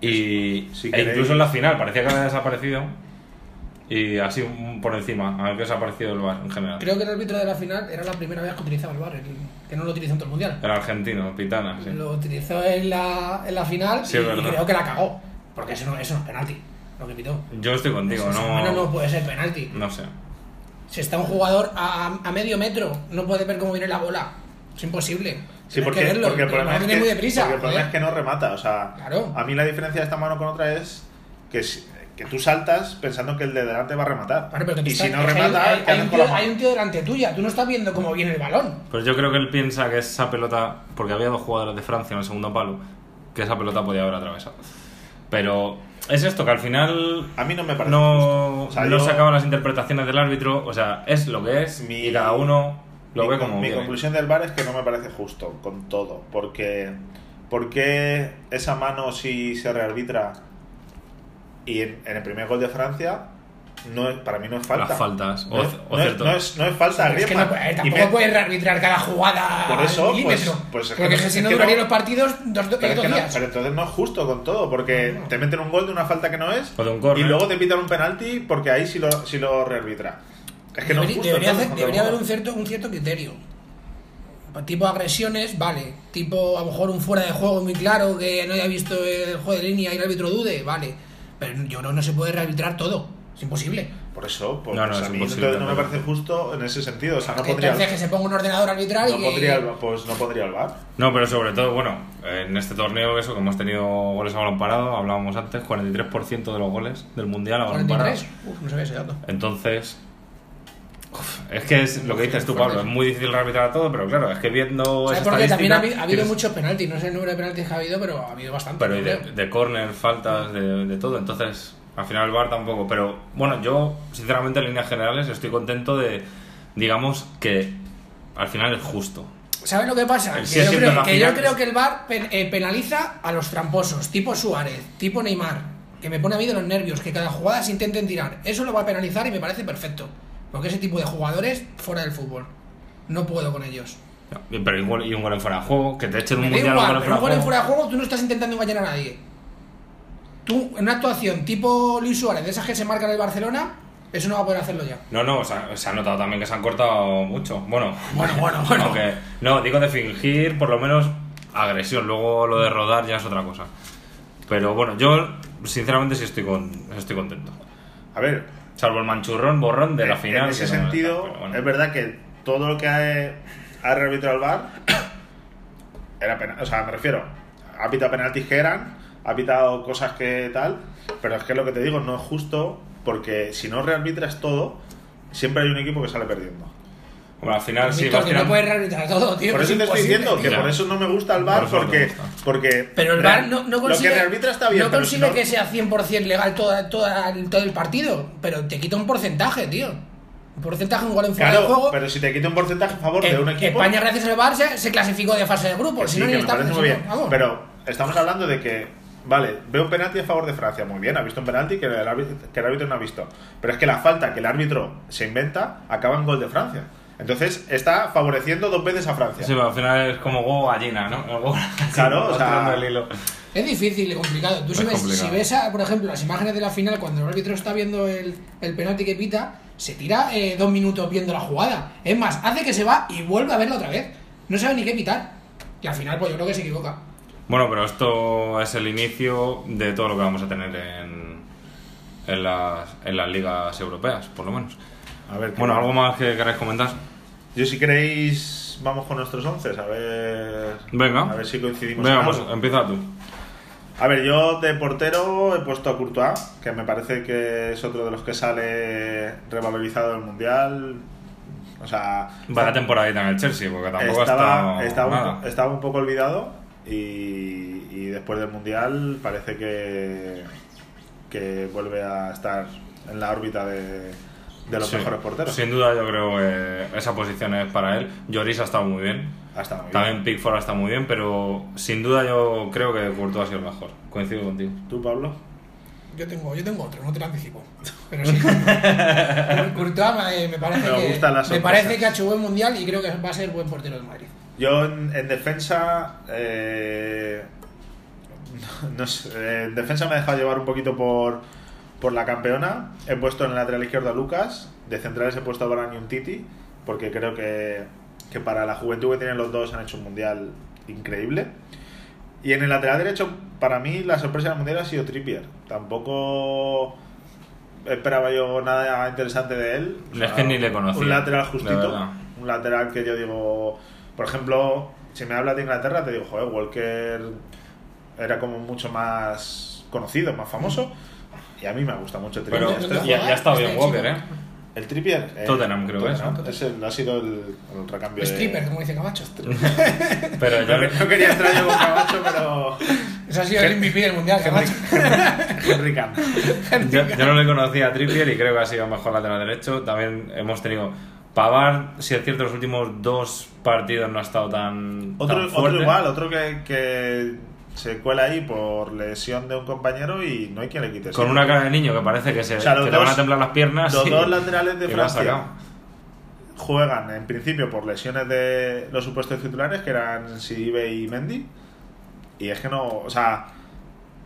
S2: y
S3: Si
S2: e
S3: queréis-
S2: incluso en la final parecía que había desaparecido y así un- por encima a ver qué os ha parecido el bar en general.
S4: creo que el árbitro de la final era la primera vez que utilizaba el VAR, el- que no lo utilizó en todo el mundial.
S2: El argentino, Pitana, sí.
S4: Lo utilizó en la, en la final
S2: Sí,
S4: y
S2: es verdad.
S4: creo que la cagó. Porque eso no, eso no es penalti, lo que pitó.
S2: Yo estoy contigo,
S4: Eso, bueno, no
S2: no,
S4: puede ser penalti.
S2: no sé.
S4: Si está un jugador a, a- a medio metro, no puede ver cómo viene la bola. Es imposible.
S3: Sí,
S4: Tienes
S3: porque,
S4: que verlo.
S3: porque el
S4: el
S3: problema,
S4: balón
S3: es
S4: viene
S3: que,
S4: muy deprisa.
S3: porque el problema
S4: joder.
S3: es que no remata. O sea,
S4: Claro.
S3: a mí la diferencia de esta mano con otra es que, si- que tú saltas pensando que el de delante va a rematar.
S4: Claro, pero que tú
S3: y si
S4: estás-
S3: no
S4: es que hay-
S3: remata,
S4: hay,
S3: ¿qué
S4: hay
S3: haces
S4: un
S3: con la
S4: tío, hay
S3: mano?
S4: un tío delante tuya. Tú no estás viendo cómo viene el balón.
S2: Pues yo creo que él piensa que esa pelota, porque había dos jugadores de Francia en el segundo palo, que esa pelota podía haber atravesado. Pero es esto, que al final
S3: A mí no me parece. justo.
S2: no,
S3: O sea,
S2: no
S3: yo-
S2: se acaban las interpretaciones del árbitro, o sea, es lo que es
S3: Mi-
S2: y cada uno lo
S3: mi,
S2: ve
S3: con-
S2: como
S3: mi
S2: quiere.
S3: conclusión del bar es que no me parece justo con todo, porque ¿por qué esa mano si se rearbitra y en, en el primer gol de Francia no es, para mí no es falta?
S2: Las faltas, o
S3: No, es-
S2: c- o
S3: no es,
S2: cierto.
S3: no es- no es falta.
S4: Es que no,
S3: Griezmann.
S4: eh,
S3: Y
S4: tampoco
S3: me-
S4: puedes rearbitrar cada jugada
S3: Por eso,
S4: al milímetro.
S3: pues- pues es que
S4: porque
S3: no-
S4: es que si
S3: es
S4: no
S3: que
S4: durarían
S3: no.
S4: los partidos dos, dos,
S3: pero, es
S4: dos
S3: que no-
S4: días.
S3: pero entonces no es justo con todo, porque
S4: No, no.
S3: te meten un gol de una falta que no es
S2: O de un córner.
S3: y luego te pitan un penalti porque ahí sí lo, sí lo rearbitra. Es que no es
S4: Debería-
S3: justo.
S4: debería
S3: entonces,
S4: hacer-
S3: contra
S4: debería haber
S3: Europa.
S4: un cierto, un cierto criterio. Pa- Tipo agresiones, vale. Tipo, a lo mejor un fuera de juego muy claro que no haya visto el juego de línea y el árbitro dude, vale. Pero yo creo que no se puede rearbitrar todo. Es imposible.
S3: Por eso, pues,
S2: No, no,
S3: pues
S2: es
S3: a mí
S2: imposible,
S3: entonces no me
S2: no.
S3: parece justo en ese sentido. O sea, no podría.
S4: Entonces, que se ponga un ordenador arbitral
S3: No
S4: y. que-
S3: podría, el- pues no podría el VAR.
S2: No, pero sobre todo, bueno, en este torneo, eso que hemos tenido goles a balón parado, hablábamos antes, 43% de los goles del Mundial a balón parado.
S4: 43. Uf, no sabía ese dato.
S2: Entonces, uf, es que es lo que dices tú,
S4: Fuerte.
S2: Pablo, es muy difícil arbitrar todo, pero claro, es que viendo
S3: Pues
S4: ¿Sabes
S2: esa
S4: por qué? También ha habi- ha
S2: estadística,
S4: habido ¿Eh?
S2: tienes-
S4: muchos penaltis. No sé el número de penaltis que ha habido, pero ha habido bastante.
S2: Pero
S4: yo
S2: y de,
S4: creo.
S2: de córner, faltas, de, de todo. Entonces, al final el bar tampoco. Pero bueno, yo, sinceramente, en líneas generales, estoy contento de, digamos, que al final es justo.
S4: ¿Sabes lo que pasa?
S2: El
S4: Que,
S2: sí es
S4: yo,
S2: cierto, la
S4: creo, que yo
S2: final-
S4: creo que el VAR pen- eh, penaliza a los tramposos, tipo Suárez, tipo Neymar, que me pone a mí de los nervios, que cada jugada se intenten tirar. Eso lo va a penalizar y me parece perfecto. Porque ese tipo de jugadores fuera del fútbol. No puedo con ellos.
S2: Pero igual, y un gol en fuera de juego, que te echen un
S4: Me da
S2: mundial
S4: igual,
S2: un
S4: pero un gol en fuera
S2: juego.
S4: de juego tú no estás intentando engañar a nadie. Tú, en una actuación tipo Luis Suárez, de esas que se marcan en el Barcelona, eso no va a poder hacerlo ya.
S2: No, no, o sea, se ha notado también que se han cortado mucho. Bueno,
S4: Bueno, bueno,
S2: aunque- no, digo de fingir, por lo menos agresión. Luego lo de rodar ya es otra cosa. Pero bueno, yo, sinceramente, sí estoy, con, estoy contento.
S3: A ver,
S2: Salvo el manchurrón borrón de la
S3: en-
S2: final.
S3: En ese
S2: que no-
S3: sentido,
S2: pero bueno.
S3: es verdad que todo lo que ha, ha rearbitrado el VAR era pena. O sea, me refiero, ha pitado penaltis que eran, ha pitado cosas que tal, pero es que lo que te digo no es justo porque si no rearbitras todo, siempre hay un equipo que sale perdiendo.
S2: Bueno, al final sí,
S4: Víctor,
S2: al
S4: que no
S2: final-
S4: puedes rearbitrar todo, tío.
S3: Por
S4: es
S3: eso te estoy
S4: imposible.
S3: diciendo que
S2: Ya.
S3: por eso no me gusta el
S2: Por
S3: bar,
S2: eso no me
S3: porque,
S2: gusta.
S3: porque.
S4: Pero el
S3: real-
S4: VAR no, no consigue.
S3: Lo que arbitra está bien,
S4: No
S3: pero
S4: consigue
S3: si no-
S4: que sea 100% legal toda, toda, todo el partido. Pero te quita un porcentaje, tío. Un porcentaje, un gol en fuera de
S3: Claro,
S4: juego.
S3: pero si te quita un porcentaje a favor de
S4: Eh,
S3: un equipo.
S4: España, gracias al VAR, se, se clasificó de fase de grupo.
S3: que
S4: Pues si
S3: sí,
S4: no, ni
S3: que me
S4: estamos
S3: parece muy
S4: en
S3: bien.
S4: octavos.
S3: Pero estamos hablando de que. Vale, veo un penalti a favor de Francia, muy bien, ha visto un penalti que el, árbitro, que el árbitro no ha visto. Pero es que la falta que el árbitro se inventa acaba en gol de Francia. Entonces está favoreciendo dos veces a Francia.
S2: Sí, pero al final es como huevo gallina, ¿no? El huevo-
S3: Claro, o
S2: vas
S3: sea-
S2: tirando el hilo.
S4: Es difícil y complicado. Tú si
S2: Es
S4: ves,
S2: complicado.
S4: si ves a, por ejemplo, las imágenes de la final, cuando el árbitro está viendo el, el penalti que pita, se tira eh, dos minutos viendo la jugada. Es más, hace que se va y vuelve a verla otra vez. No sabe ni qué pitar. Y al final, pues yo creo que se equivoca.
S2: Bueno, pero esto es el inicio de todo lo que vamos a tener en, en, las, en las ligas europeas, por lo menos.
S3: A ver, ¿qué-
S2: Bueno, ¿algo más que queráis comentar?
S3: Yo si queréis vamos con nuestros once, a ver.
S2: Venga.
S3: A ver si coincidimos. en
S2: Venga,
S3: algo.
S2: pues empieza tú.
S3: A ver, yo de portero he puesto a Courtois, que me parece que es otro de los que sale revalorizado del mundial. O sea,
S2: Vaya temporadita en el Chelsea, porque tampoco
S3: estaba,
S2: ha estado
S3: estaba, un,
S2: nada.
S3: po- estaba un poco olvidado y, y después del mundial parece que, que vuelve a estar en la órbita de, de los
S2: Sí.
S3: mejores porteros.
S2: Sin duda, yo creo que esa posición es para él. Lloris ha estado muy bien.
S3: Ha estado muy
S2: También
S3: bien.
S2: Pickford ha estado muy bien, pero sin duda yo creo que Courtois ha sido el mejor. Coincido contigo.
S3: ¿Tú, Pablo?
S4: Yo tengo, yo tengo otro, no te lo anticipo. Pero sí. Courtois eh, me, me parece
S3: Me
S4: que,
S3: gustan las
S4: me
S3: sorpresas.
S4: parece que ha hecho buen mundial y creo que va a ser buen portero del Madrid.
S3: Yo en, en defensa. eh, no sé, eh, en defensa me he dejado llevar un poquito por, por la campeona. He puesto en el lateral izquierdo a Lucas. De centrales he puesto a Varane y un Titi. Porque creo que, que para la juventud que tienen los dos han hecho un mundial increíble. Y en el lateral derecho, para mí, la sorpresa del mundial ha sido Trippier. Tampoco esperaba yo nada interesante de él.
S2: Es que ni le conocía,
S3: Un lateral
S2: la
S3: justito.
S2: verdad.
S3: Un lateral que yo digo, por ejemplo, si me hablas de Inglaterra, te digo, joder, Walker era como mucho más conocido, más famoso. Y a mí me gusta mucho Trippier.
S2: Pero
S4: Este-
S2: ya, ya ha estado bien
S4: este
S2: Walker, ¿eh?
S4: chico.
S3: El Trippier. eh,
S2: Tottenham, creo que es,
S3: Tottenham.
S2: ¿no?
S3: es. el- ha sido el, el recambio. de-
S4: Stripper, como dice Camacho.
S2: Pero
S3: No, que-
S2: yo,
S3: no quería entrar yo con Camacho, pero.
S4: Eso ha sido el MVP del mundial, Camacho.
S3: Henry Khan.
S2: yo- yo no le conocía a Trippier y creo que ha sido mejor lateral derecho. También hemos tenido Pavard, si es cierto, los últimos dos partidos no ha estado tan,
S3: Otro,
S2: tan
S3: otro
S2: fuerte.
S3: igual, otro que, que se cuela ahí por lesión de un compañero y no hay quien le quite.
S2: Con
S3: Sí.
S2: una cara de niño que parece que se
S3: O sea, los
S2: que le van
S3: dos-
S2: a temblar las piernas.
S3: Los
S2: y-
S3: dos laterales de
S2: y lo ha
S3: Francia
S2: sacado.
S3: juegan en principio por lesiones de los supuestos titulares, que eran Sidibe y Mendy. Y es que no, o sea,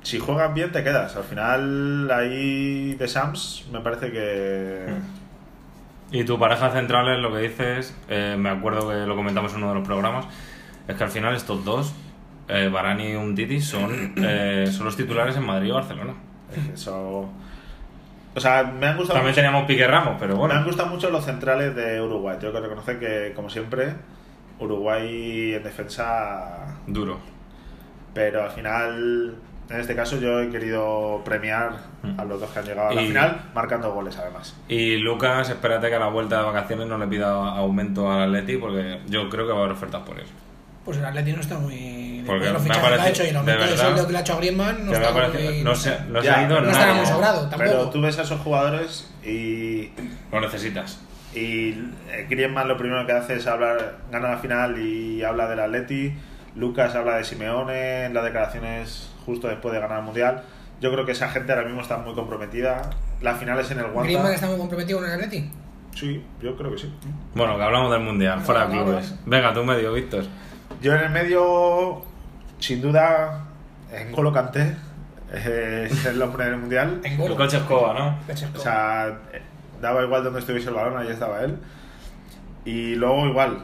S3: si juegan bien te quedas. Al final ahí de Sams me parece que...
S2: Hmm. Y tu pareja central es lo que dices, eh, me acuerdo que lo comentamos en uno de los programas, es que al final estos dos, eh, Varane y Umtiti, son, eh, son los titulares en Madrid y Barcelona.
S3: es que Eso... O sea, me han gustado
S2: También
S3: mucho,
S2: teníamos Pique Ramos, pero
S3: me han
S2: bueno.
S3: gustado mucho los centrales de Uruguay. Tengo que reconocer que, como siempre, Uruguay en defensa
S2: Duro.
S3: Pero al final, en este caso, yo he querido premiar a los dos que han llegado a la
S2: Y-
S3: final, marcando goles además.
S2: Y Lucas, espérate que a la vuelta de vacaciones no le pida aumento al Atleti porque yo creo que va a haber ofertas por él.
S4: Pues el Atleti no está muy.
S2: Porque
S4: Porque
S2: me
S4: los
S2: ha
S4: fichajes que ha
S2: parecido-
S4: hecho y el
S2: de
S4: aumento de
S2: verdad,
S4: sueldo que le ha hecho a Griezmann no
S2: Que me
S4: está
S2: ha parecido-
S4: muy.
S2: no se, no se
S3: Ya,
S2: ha ido
S3: pero
S4: no estará
S2: nadie.
S4: muy sobrado
S3: Pero
S4: tampoco.
S3: tú ves a esos jugadores y,
S2: Lo necesitas.
S3: y eh, Griezmann lo primero que hace es hablar, gana la final y habla del Atleti. Lucas habla de Simeone en las declaraciones justo después de ganar el Mundial. Yo creo que esa gente ahora mismo está muy comprometida. La final es en el
S4: Griezmann
S3: Wanda.
S4: está muy comprometido con el Atleti.
S3: Sí, yo creo que sí.
S2: Bueno, que hablamos del Mundial, fuera de
S4: Hablamos.
S2: clubes. Venga, tú medio, Víctor.
S3: Yo en el medio, sin duda, en Golo Kanté, eh, es el hombre del Mundial.
S4: En
S2: El
S4: gol.
S2: coche escoba, ¿no?
S3: O sea, eh, daba igual donde estuviese el balón, ahí estaba él. Y luego igual,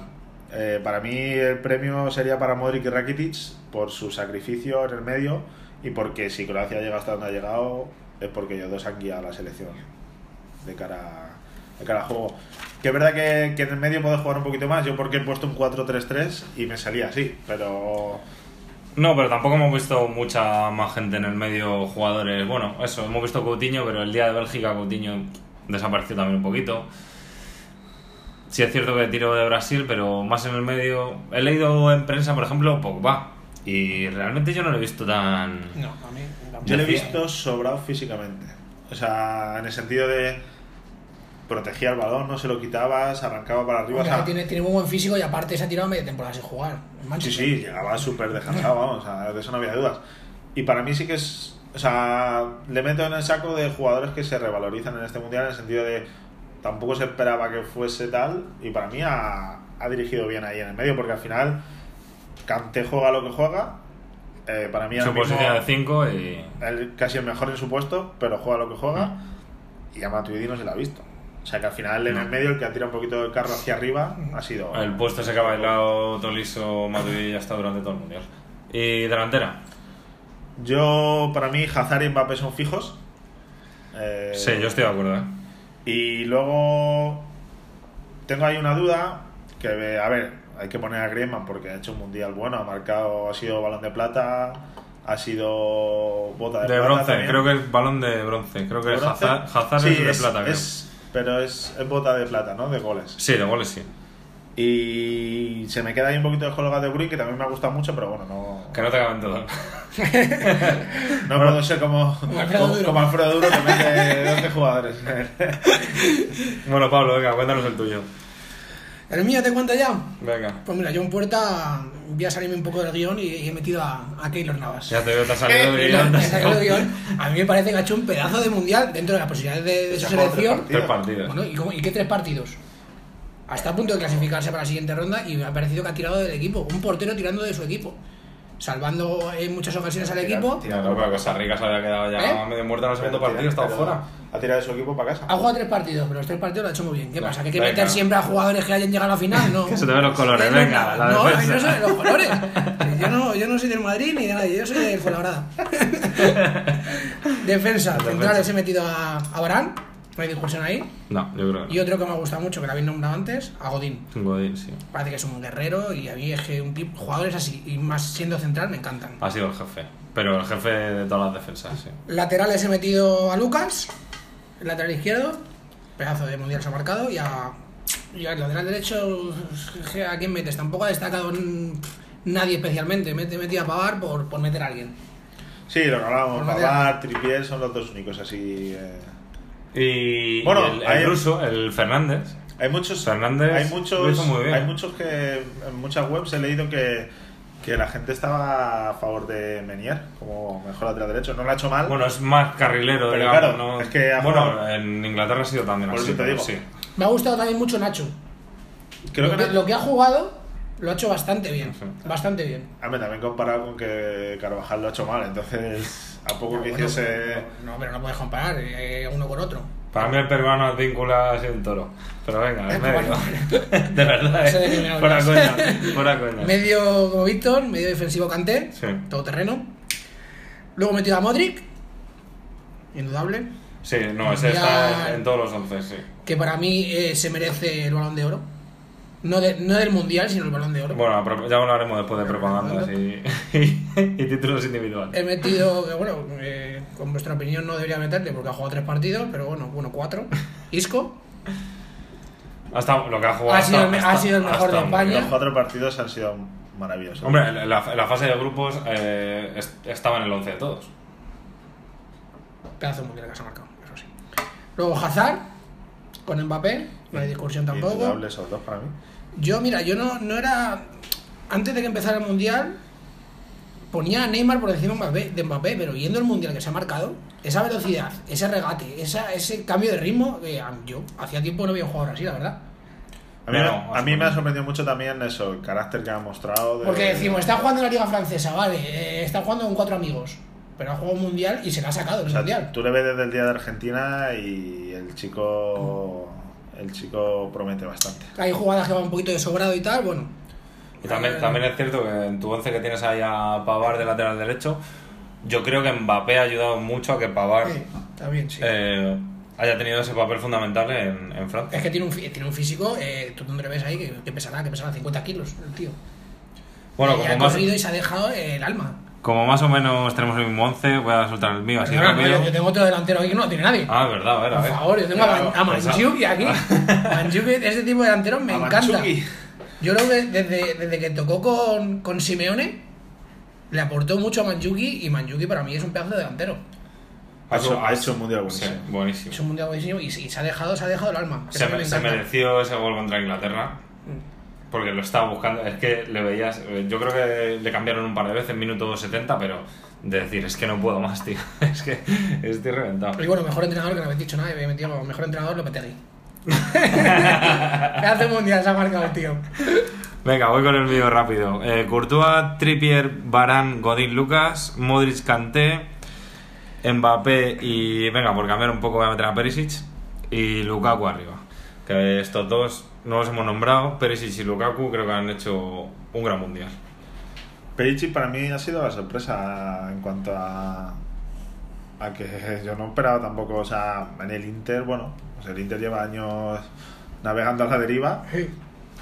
S3: eh, para mí el premio sería para Modric y Rakitic por su sacrificio en el medio y porque si Croacia llega hasta donde ha llegado es porque ellos dos han guiado a la selección de cara, de cara al juego. Que es verdad que, que en el medio puedo jugar un poquito más, yo porque he puesto un 4-3-3 y me salía así, pero...
S2: No, pero tampoco hemos visto mucha más gente en el medio, jugadores. Bueno, eso, hemos visto Coutinho, pero el día de Bélgica Coutinho desapareció también un poquito. Sí es cierto que tiro de Brasil, pero más en el medio. He leído en prensa, por ejemplo, Pogba. Y realmente yo no lo he visto tan...
S4: No, a mí. tampoco.
S3: Yo le he visto sobrado físicamente. O sea, en el sentido de protegía el balón, no se lo quitabas, arrancaba para arriba.
S4: Hombre,
S3: o sea,
S4: tiene, tiene muy buen físico y aparte se ha tirado media temporada sin jugar. en
S3: Sí,
S4: Manchester.
S3: sí, llegaba súper descansado, vamos, o sea, de eso no había dudas. Y para mí sí que es, o sea, le meto en el saco de jugadores que se revalorizan en este mundial en el sentido de tampoco se esperaba que fuese tal y para mí ha, ha dirigido bien ahí en el medio porque al final Kanté juega lo que juega, eh, para mí ahora
S2: Su
S3: mismo,
S2: posición de 5 y...
S3: él casi el mejor en su puesto, pero juega lo que juega y a Matuidi no se la ha visto. O sea que al final en el medio el que ha tirado un poquito el carro hacia arriba ha sido...
S2: El puesto se que ha bailado Toliso Madrid ya está durante todo el mundial. Y delantera.
S3: Yo, para mí, Hazard y Mbappé son fijos. Eh,
S2: Sí, yo estoy de acuerdo, ¿eh?
S3: Y luego tengo ahí una duda que, eh, a ver, hay que poner a Griezmann porque ha hecho un mundial bueno, ha marcado, ha sido balón de plata, ha sido bota de,
S2: De
S3: plata
S2: bronce,
S3: también.
S2: creo que es balón de bronce. Creo que
S3: ¿De bronce?
S2: Hazard, Hazard
S3: Sí,
S2: es de plata, creo.
S3: es- pero es, es bota de plata, ¿no? De goles.
S2: Sí, de goles sí.
S3: Y se me queda ahí un poquito de Holga de Bruyne que también me ha gustado mucho, pero bueno, no,
S2: Que no te acaben todo.
S3: no puedo ser como, como,
S4: Alfredo Duro.
S3: como Alfredo Duro que mete 12 jugadores.
S2: bueno, Pablo, venga, cuéntanos el tuyo.
S4: ¿El mío te cuento ya?
S2: Venga.
S4: Pues mira, yo en puerta voy a salirme un poco del guión y, y he metido a, a Keylor Navas.
S2: Ya te veo, te ha salido
S4: Me
S2: brillante.
S4: saco del guión. A mí me parece que ha hecho un pedazo de mundial dentro de las posibilidades de, de su
S3: Se ha jugado tres
S4: selección.
S3: partidos.
S2: Tres partidos.
S4: Bueno, ¿y, cómo- y qué tres partidos? Hasta a punto de clasificarse para la siguiente ronda y me ha parecido que ha tirado del equipo. Un portero tirando de su equipo. Salvando en muchas ocasiones al
S3: Tirar-
S4: equipo.
S3: tirar-
S2: No, pero Costa Rica se había quedado ya
S4: ¿Eh?
S2: medio muerta en el segundo
S3: Pero
S2: partido,
S3: tira-
S2: estaba
S3: pero
S2: fuera.
S3: Ha tirado de su equipo para casa.
S4: Ha jugado tres partidos, pero los tres partidos lo ha hecho muy bien. ¿Qué
S2: Venga,
S4: pasa? ¿Que hay que
S2: venga.
S4: meter siempre a jugadores que hayan llegado a la final? No.
S2: Que se te ven los colores,
S4: Eh,
S2: venga, la
S4: No,
S2: defensa.
S4: yo no soy de los colores. Yo no, yo no soy del Madrid ni de nadie, yo soy del Fuenlabrada. defensa,
S2: defensa.
S4: centrales he metido a, a Barán, no hay discusión ahí.
S2: No, yo creo
S4: Y
S2: que
S4: otro que me ha gustado mucho, que lo habéis nombrado antes, a Godín.
S2: no. Godín, sí.
S4: Parece que es un guerrero y a mí es que un tipo, jugadores así, y más siendo central, me encantan.
S2: Ha sido el jefe. Pero el jefe de todas las defensas, sí.
S4: Laterales he metido a Lucas, el lateral izquierdo, pedazo de mundial se ha marcado, y a. Y al lateral derecho, je, ¿a quién metes? Tampoco ha destacado mm, nadie especialmente. Me he metido a Pavar por, por meter a alguien.
S3: Sí, lo que hablábamos,
S4: Formación.
S3: Pavar, Tripier son los dos únicos así. eh.
S2: Y,
S3: Bueno,
S2: y el, el
S3: hay-
S2: ruso, el Fernández.
S3: Hay muchos.
S2: Fernández
S3: hay
S2: lo
S3: muchos.
S2: hizo muy bien.
S3: Hay muchos que en muchas webs he leído que, que la gente estaba a favor de Menier como mejor lateral derecho. No lo ha hecho mal.
S2: Bueno, es más carrilero,
S3: ¿Ah? Pero
S2: digamos,
S3: claro,
S2: ¿no?
S3: es que ha
S2: bueno,
S3: jugado-
S2: en Inglaterra ha sido también
S3: Por
S2: así.
S3: eso te
S2: pero
S3: digo.
S2: Sí.
S4: Me ha gustado también mucho Nacho.
S3: Creo
S4: lo,
S3: que.
S4: que, lo que ha jugado lo ha hecho bastante bien.
S2: Sí.
S4: Bastante bien.
S3: Hombre, también comparado con que Carvajal lo ha hecho mal. Entonces, a poco que
S4: Ah, Bueno,
S3: hiciese.
S4: no, pero no puedes comparar eh, uno con otro.
S2: Para mí el peruano Advíncula ha sido un toro. Pero venga,
S4: Es
S2: es medio. de
S4: No
S2: verdad,
S4: sé de qué me
S2: eh. Fuera
S4: hablas.
S2: coña. Fuera coña.
S4: Medio como Víctor, medio defensivo Canté,
S2: Sí.
S4: todo terreno. Luego he metido a Modric, indudable,
S2: Sí, no, ese
S4: Ya.
S2: está en todos los once, sí.
S4: que para mí eh, se merece el balón de oro. No, de- no del mundial, sino el balón de oro.
S2: Bueno, a pro- ya hablaremos después de propagandas y, y- y títulos individuales.
S4: He metido, que bueno, eh, con vuestra opinión no debería meterle porque ha jugado tres partidos, pero bueno, bueno, cuatro. Isco,
S2: Ha estado- lo que ha jugado.
S4: Ha
S2: ha
S4: sido el
S2: estado-
S4: me- ha
S2: estado-
S4: sido el
S2: ha
S4: mejor de
S2: estado muy
S4: España.
S2: bien.
S3: Los cuatro partidos han sido maravillosos.
S2: Hombre, la, la- la fase de grupos eh, est- estaba en el 11 de todos.
S4: pedazo de mundial que se ha marcado, eso sí. Luego Hazard, con Mbappé, no hay discusión tampoco.
S3: Indudable esos dos para mí.
S4: Yo, mira, yo no, no era. Antes de que empezara el mundial, ponía a Neymar por encima de Mbappé- de Mbappé, pero viendo el mundial que se ha marcado, esa velocidad, ese regate, esa, ese cambio de ritmo, eh, a- yo hacía tiempo no había un jugador así, la verdad.
S3: A mí,
S2: No,
S3: me- a
S2: has
S3: mí me
S2: podido.
S3: ha sorprendido mucho también eso, el carácter que ha mostrado. de-
S4: Porque decimos, está jugando en la Liga Francesa, vale, eh, está jugando con cuatro amigos, pero ha jugado un mundial y se la ha sacado
S3: O
S4: el
S3: sea,
S4: mundial.
S3: tú le ves desde el día de Argentina y el chico el chico promete bastante.
S4: Hay jugadas que van un poquito de sobrado y tal, bueno.
S2: Y
S4: Eh.
S2: también, también es cierto que en tu once que tienes ahí a Pavar de lateral derecho, yo creo que Mbappé ha ayudado mucho a que Pavar
S4: Sí, también, sí.
S2: eh, haya tenido ese papel fundamental en, en Francia.
S4: Es que tiene un, fi- tiene un físico, eh, tú dónde le ves ahí, que, que pesará, que pesará 50 kilos el tío.
S2: Bueno,
S4: Eh, Y
S2: como
S4: ha
S2: más,
S4: corrido y se ha dejado el alma.
S2: Como más o menos tenemos el mismo 11, voy a soltar el mío así
S4: No, no,
S2: rápido.
S4: yo, yo tengo otro delantero aquí que no tiene nadie.
S2: Ah, verdad, a ver, a
S4: Por
S2: ver.
S4: favor, yo tengo a, Man- a
S2: Pensaba-
S4: Manchuki aquí. Manchuki, ese tipo de delanteros me
S3: A
S4: encanta.
S3: Manchuki.
S4: Yo creo que desde, desde que tocó con, con Simeone, le aportó mucho a Manchuki y Manchuki para mí es un pedazo de delantero.
S3: Ha hecho, ha hecho un mundial
S2: Sí,
S3: buenísimo.
S2: buenísimo.
S4: Es un mundial buenísimo y, y se ha dejado, se ha dejado el alma. Eso
S2: Se,
S4: a mí
S2: me-
S4: me
S2: se
S4: encanta. Mm.
S2: mereció ese gol contra Inglaterra. Porque lo estaba buscando. Es que le veías. eh, Yo creo que le cambiaron un par de veces, minuto 70, pero de decir, es que no puedo más, tío. Es que estoy reventado.
S4: Y bueno, mejor entrenador que no habéis dicho nada, y me metí como mejor entrenador Lopetegui. Me hace mundial se ha marcado, tío.
S2: Venga, voy con el vídeo rápido. Eh, Courtois, Trippier, Barán, Godín, Lucas, Modric, Kanté, Mbappé y. Venga, por cambiar un poco voy a meter a Perisic y Lukaku arriba. Que estos dos no los hemos nombrado. Perisic y Lukaku creo que han hecho un gran mundial.
S3: Perici para mí ha sido la sorpresa en cuanto a, a que yo no esperaba tampoco, o sea, en el Inter, bueno, pues el Inter lleva años navegando a la deriva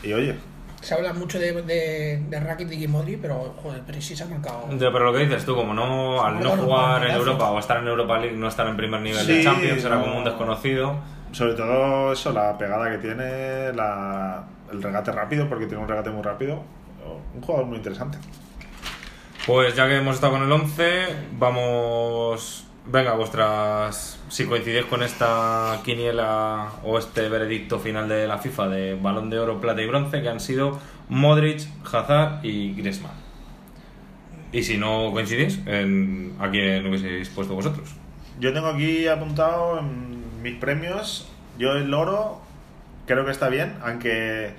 S3: y oye,
S4: Se habla mucho de, de, de Rakitic y Modri, pero joder, pero sí se ha marcado.
S2: Ya, pero lo que dices tú, como no, al no
S4: Bueno,
S2: jugar
S4: bueno,
S2: en
S4: gracias.
S2: Europa o estar en Europa League, no estar en primer nivel de
S3: Sí,
S2: Champions, era como
S3: no.
S2: un desconocido.
S3: sobre todo eso, la pegada que tiene, la, el regate rápido, porque tiene un regate muy rápido, un jugador muy interesante.
S2: Pues ya que hemos estado con el 11, vamos. Venga, vuestras. Si coincidís con esta quiniela o este veredicto final de la FIFA de balón de oro, plata y bronce, que han sido Modric, Hazard y Griezmann. Y si no coincidís, en- a quién hubieseis puesto vosotros.
S3: Yo tengo aquí apuntado en mis premios. Yo el oro creo que está bien, aunque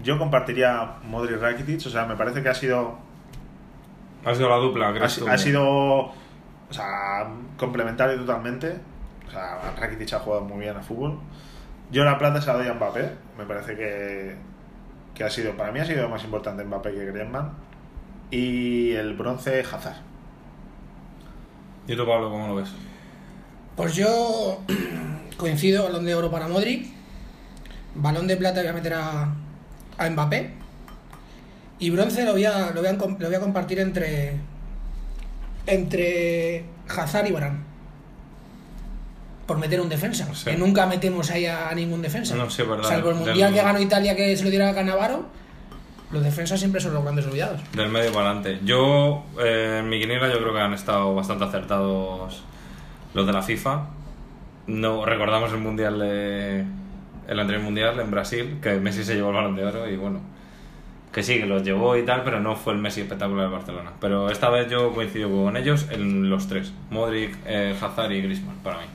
S3: yo compartiría Modric Rakitic. O sea, me parece que ha sido.
S2: Ha sido la dupla,
S3: Ha,
S2: crees
S3: si-
S2: tú?
S3: ha sido. O sea, complementario totalmente. O sea, Rakitic ha jugado muy bien a fútbol. Yo la plata se la doy a Mbappé. Me parece que. Que ha sido. Para mí ha sido más importante Mbappé que Griezmann. Y el bronce Hazard.
S2: ¿Y tú, Pablo, cómo lo ves?
S4: Pues yo coincido, balón de oro para Modri, balón de plata voy a meter a, a Mbappé y bronce lo voy a, lo voy a, com- lo voy a compartir entre, entre Hazard y Barán. Por meter un defensa,
S2: Sí.
S4: que nunca metemos ahí a, a ningún defensa.
S2: No, sí, es verdad.
S4: Salvo el
S2: Del-
S4: mundial que ganó Italia que se lo dieron a Canavaro, los defensas siempre son los grandes olvidados.
S2: Del medio para adelante. Yo, eh, en mi quiniela, yo creo que han estado bastante acertados los de la FIFA. No recordamos el mundial de. El anterior mundial en Brasil, que Messi se llevó el balón de oro y bueno. Que sí, que los llevó y tal, pero no fue el Messi espectacular de Barcelona. Pero esta vez yo coincido con ellos en los tres: Modric, eh, Hazard y Griezmann, para mí.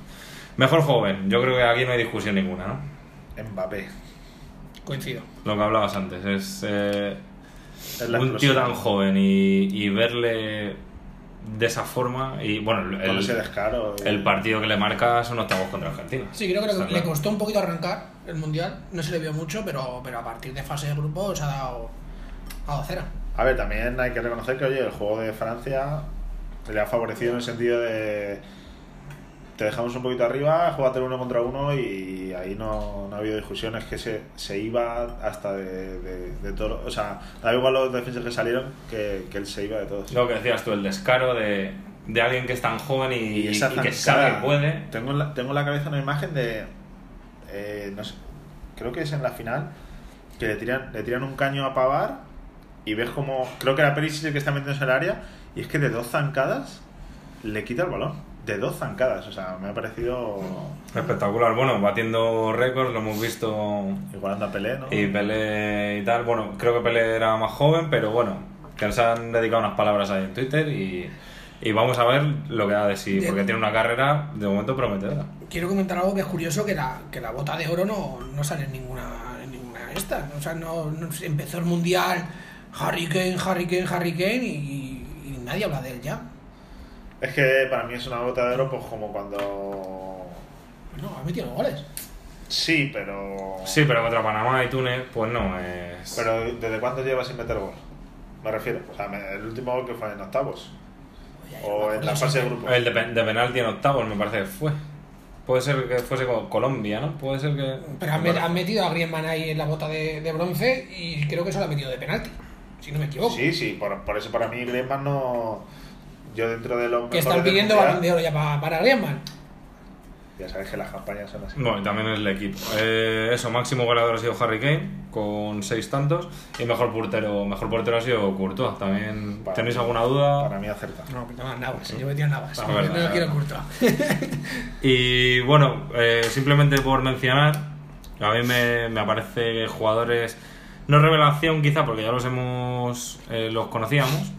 S2: Mejor joven, yo creo que aquí no hay discusión ninguna, ¿no?
S3: Mbappé.
S4: Coincido.
S2: Lo que hablabas antes, es. eh,
S3: Es la
S2: un tío
S3: explosión.
S2: tan joven y, y verle de esa forma y bueno
S3: Con ese
S2: el,
S3: descaro. y-
S2: el partido que le marca son octavos contra Argentina
S4: Sí, creo que
S2: Está
S4: le- le
S2: claro.
S4: costó un poquito arrancar el mundial, no se le vio mucho, pero, pero a partir de fase de grupo se ha dado, ha dado cera.
S3: A ver, también hay que reconocer que oye, el juego de Francia le ha favorecido en el sentido de te dejamos un poquito arriba, jugate el uno contra uno y ahí no, no ha habido discusiones que se, se iba hasta de, de, de todo. O sea, da igual los defensores que salieron que, que él se iba de todos.
S2: lo que decías tú el descaro de, de alguien que es tan joven y,
S3: Y
S2: y
S3: esa
S2: que
S3: zancada,
S2: sabe que puede
S3: Tengo en la, tengo en la cabeza una imagen de. eh, no sé, creo que es en la final. Que le tiran, le tiran un caño a pavar. Y ves como. Creo que era Perisic el que está metiéndose en el área. Y es que de dos zancadas. Le quita el balón. De dos zancadas. O sea, me ha parecido.
S2: espectacular bueno batiendo récords lo hemos visto
S3: Igualando a Pelé, ¿no?
S2: y Pelé y tal bueno creo que Pelé era más joven pero bueno que nos han dedicado unas palabras ahí en Twitter y, y vamos a ver lo que da de sí
S4: De-
S2: porque tiene una carrera de momento prometedora
S4: Quiero comentar algo que es curioso, que la, que la bota de oro no, no sale en ninguna, en ninguna de estas. O sea, no, no- empezó el mundial Harry Kane, Harry Kane, Harry Kane y, y nadie habla de él ya.
S3: Es que para mí es una bota de oro, pues como cuando.
S4: No, ha metido los goles.
S3: Sí, pero.
S2: Sí, pero contra Panamá y Túnez, pues no es.
S3: Pero ¿desde cuándo lleva sin meter gol? Me refiero. O sea, me- el último gol que fue en octavos.
S4: Oye,
S3: O en la fase de grupo.
S2: El de, pe- de penalti en octavos, me parece que fue. Puede ser que fuese con Colombia, ¿no? Puede ser que.
S4: Pero han, met- han metido a Griezmann ahí en la bota de, de bronce y creo que eso lo ha metido de penalti, si no me equivoco.
S3: Sí, sí, por, por eso para mí Griezmann no, Yo dentro de los
S4: Que
S3: mejores
S4: están
S3: del
S4: pidiendo
S3: Mundial,
S4: balón de oro ya para, para Griezmann.
S3: Ya sabes que las campañas son así.
S2: Bueno, y también el equipo. Eh, eso, máximo goleador ha sido Harry Kane, con seis tantos. Y mejor portero, mejor portero ha sido Courtois. También,
S3: Para-
S2: ¿tenéis alguna duda?
S3: Para mí acerta.
S4: No, no, Navas, yo me tiro Navas.
S2: Ah,
S4: no,
S2: verdad,
S4: no quiero
S2: verdad.
S4: Courtois.
S2: Y bueno, eh, simplemente por mencionar, a mí me, me aparece jugadores, no revelación quizá, porque ya los hemos, eh, los conocíamos,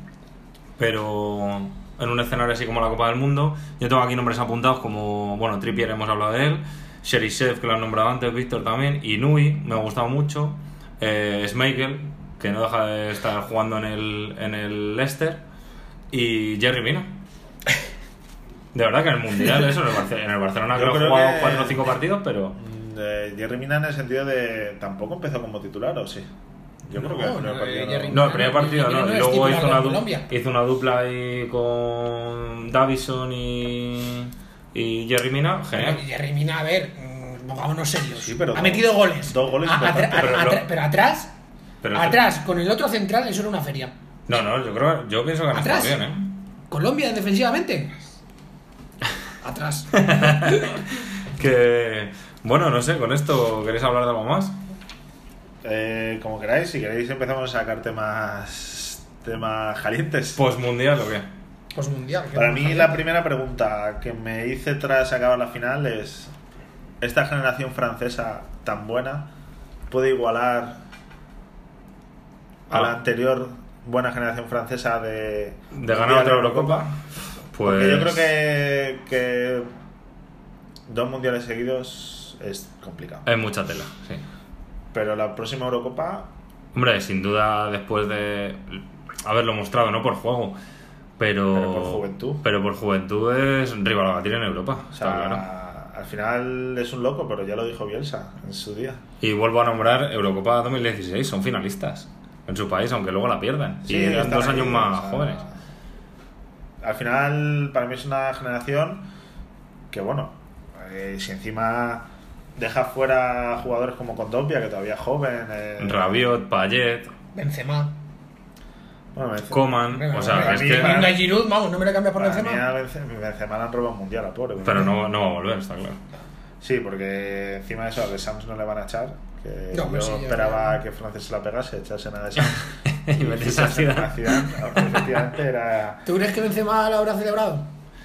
S2: pero en un escenario así como la Copa del Mundo, yo tengo aquí nombres apuntados como, bueno, Trippier hemos hablado de él, Sherisev, que lo han nombrado antes, Víctor también, y Nui, me ha gustado mucho, eh, Schmeichel, que no deja de estar jugando en el, en el Leicester, y Jerry Mina. De verdad que en el Mundial, eso, en el, Barce- en el Barcelona
S3: Yo
S2: creo que
S3: creo
S2: ha jugado
S3: que-
S2: 4 o 5 partidos, pero...
S3: Mm, eh, Jerry Mina en el sentido de. ¿Tampoco empezó como titular o sí? Yo creo que
S4: No,
S3: el primer partido
S4: no, eh, Jerry
S2: No, el primer
S4: Ah,
S2: partido
S4: y- y
S2: no,
S4: no
S2: y
S4: es
S2: luego
S4: titular
S2: hizo una,
S4: con
S2: du-
S4: Colombia.
S2: hizo una dupla ahí con Davison y, y Jerry Mina,
S4: Pero
S2: genial.
S4: Jerry Mina, a ver, mm, pongámonos serios.
S3: Sí, pero
S4: ha
S3: dos-
S4: metido goles.
S3: dos goles
S4: A- atra-
S3: importantes,
S4: a-
S2: pero
S4: atra-
S2: no-
S4: pero atrás,
S2: Pero-
S4: atrás, con el otro central, eso era una feria.
S2: No, no, yo creo, yo pienso que no está
S4: ¿Atrás?
S2: bien, ¿eh?
S4: Colombia defensivamente. Atrás.
S2: Que, bueno, no sé, con esto, ¿queréis hablar de algo más?
S3: Eh, como queráis, si queréis empezamos a sacar temas temas calientes.
S2: ¿Postmundial o qué?
S4: Pues mundial. que
S3: Para
S4: no
S3: mí
S4: sabía.
S3: la primera pregunta que me hice tras acabar la final es ¿Esta generación francesa tan buena puede igualar a la
S2: Ah.
S3: anterior buena generación francesa de,
S2: ¿De ganar otra Eurocopa? Pues...
S3: Porque yo creo que, que dos mundiales seguidos es complicado.
S2: Pues, Hay mucha tela, sí.
S3: Pero la próxima Eurocopa
S2: Hombre, sin duda, después de haberlo mostrado, no por juego, pero.
S3: Pero por juventud.
S2: Pero por juventud es un rival a batir en Europa,
S3: O
S2: está
S3: sea,
S2: claro.
S3: al final es un loco, pero ya lo dijo Bielsa en su día.
S2: Y vuelvo a nombrar Eurocopa 2016, son finalistas en su país, aunque luego la pierdan. y eran
S3: están
S2: dos años
S3: ahí,
S2: más
S3: o sea,
S2: jóvenes.
S3: Al final, para mí es una generación que, bueno, eh, si encima deja fuera jugadores como Condopia, que todavía es joven. eh,
S2: Rabiot, Payet,
S4: Benzema.
S3: Bueno, Benzema-
S2: Coman,
S4: Venga,
S2: o sea,
S4: hombre,
S2: es
S3: mí
S2: que.
S3: para-
S4: Teniendo a Giroud, vamos, no me la cambias por
S3: para mí
S4: Benzema.
S3: a Benze- Benzema le han robado un mundial a pobre.
S2: Pero no, no va a volver, está claro.
S3: Sí, porque encima de eso, a de Sams no le van a echar. Que
S4: No,
S3: yo
S4: hombre, sí, yo
S3: esperaba
S4: creo.
S3: que Francés se la pegase, echarse nada de Sams.
S2: y metes a
S3: A
S2: Zidane.
S3: Zidane, efectivamente, era...
S4: ¿Tú crees que Benzema la habrá celebrado?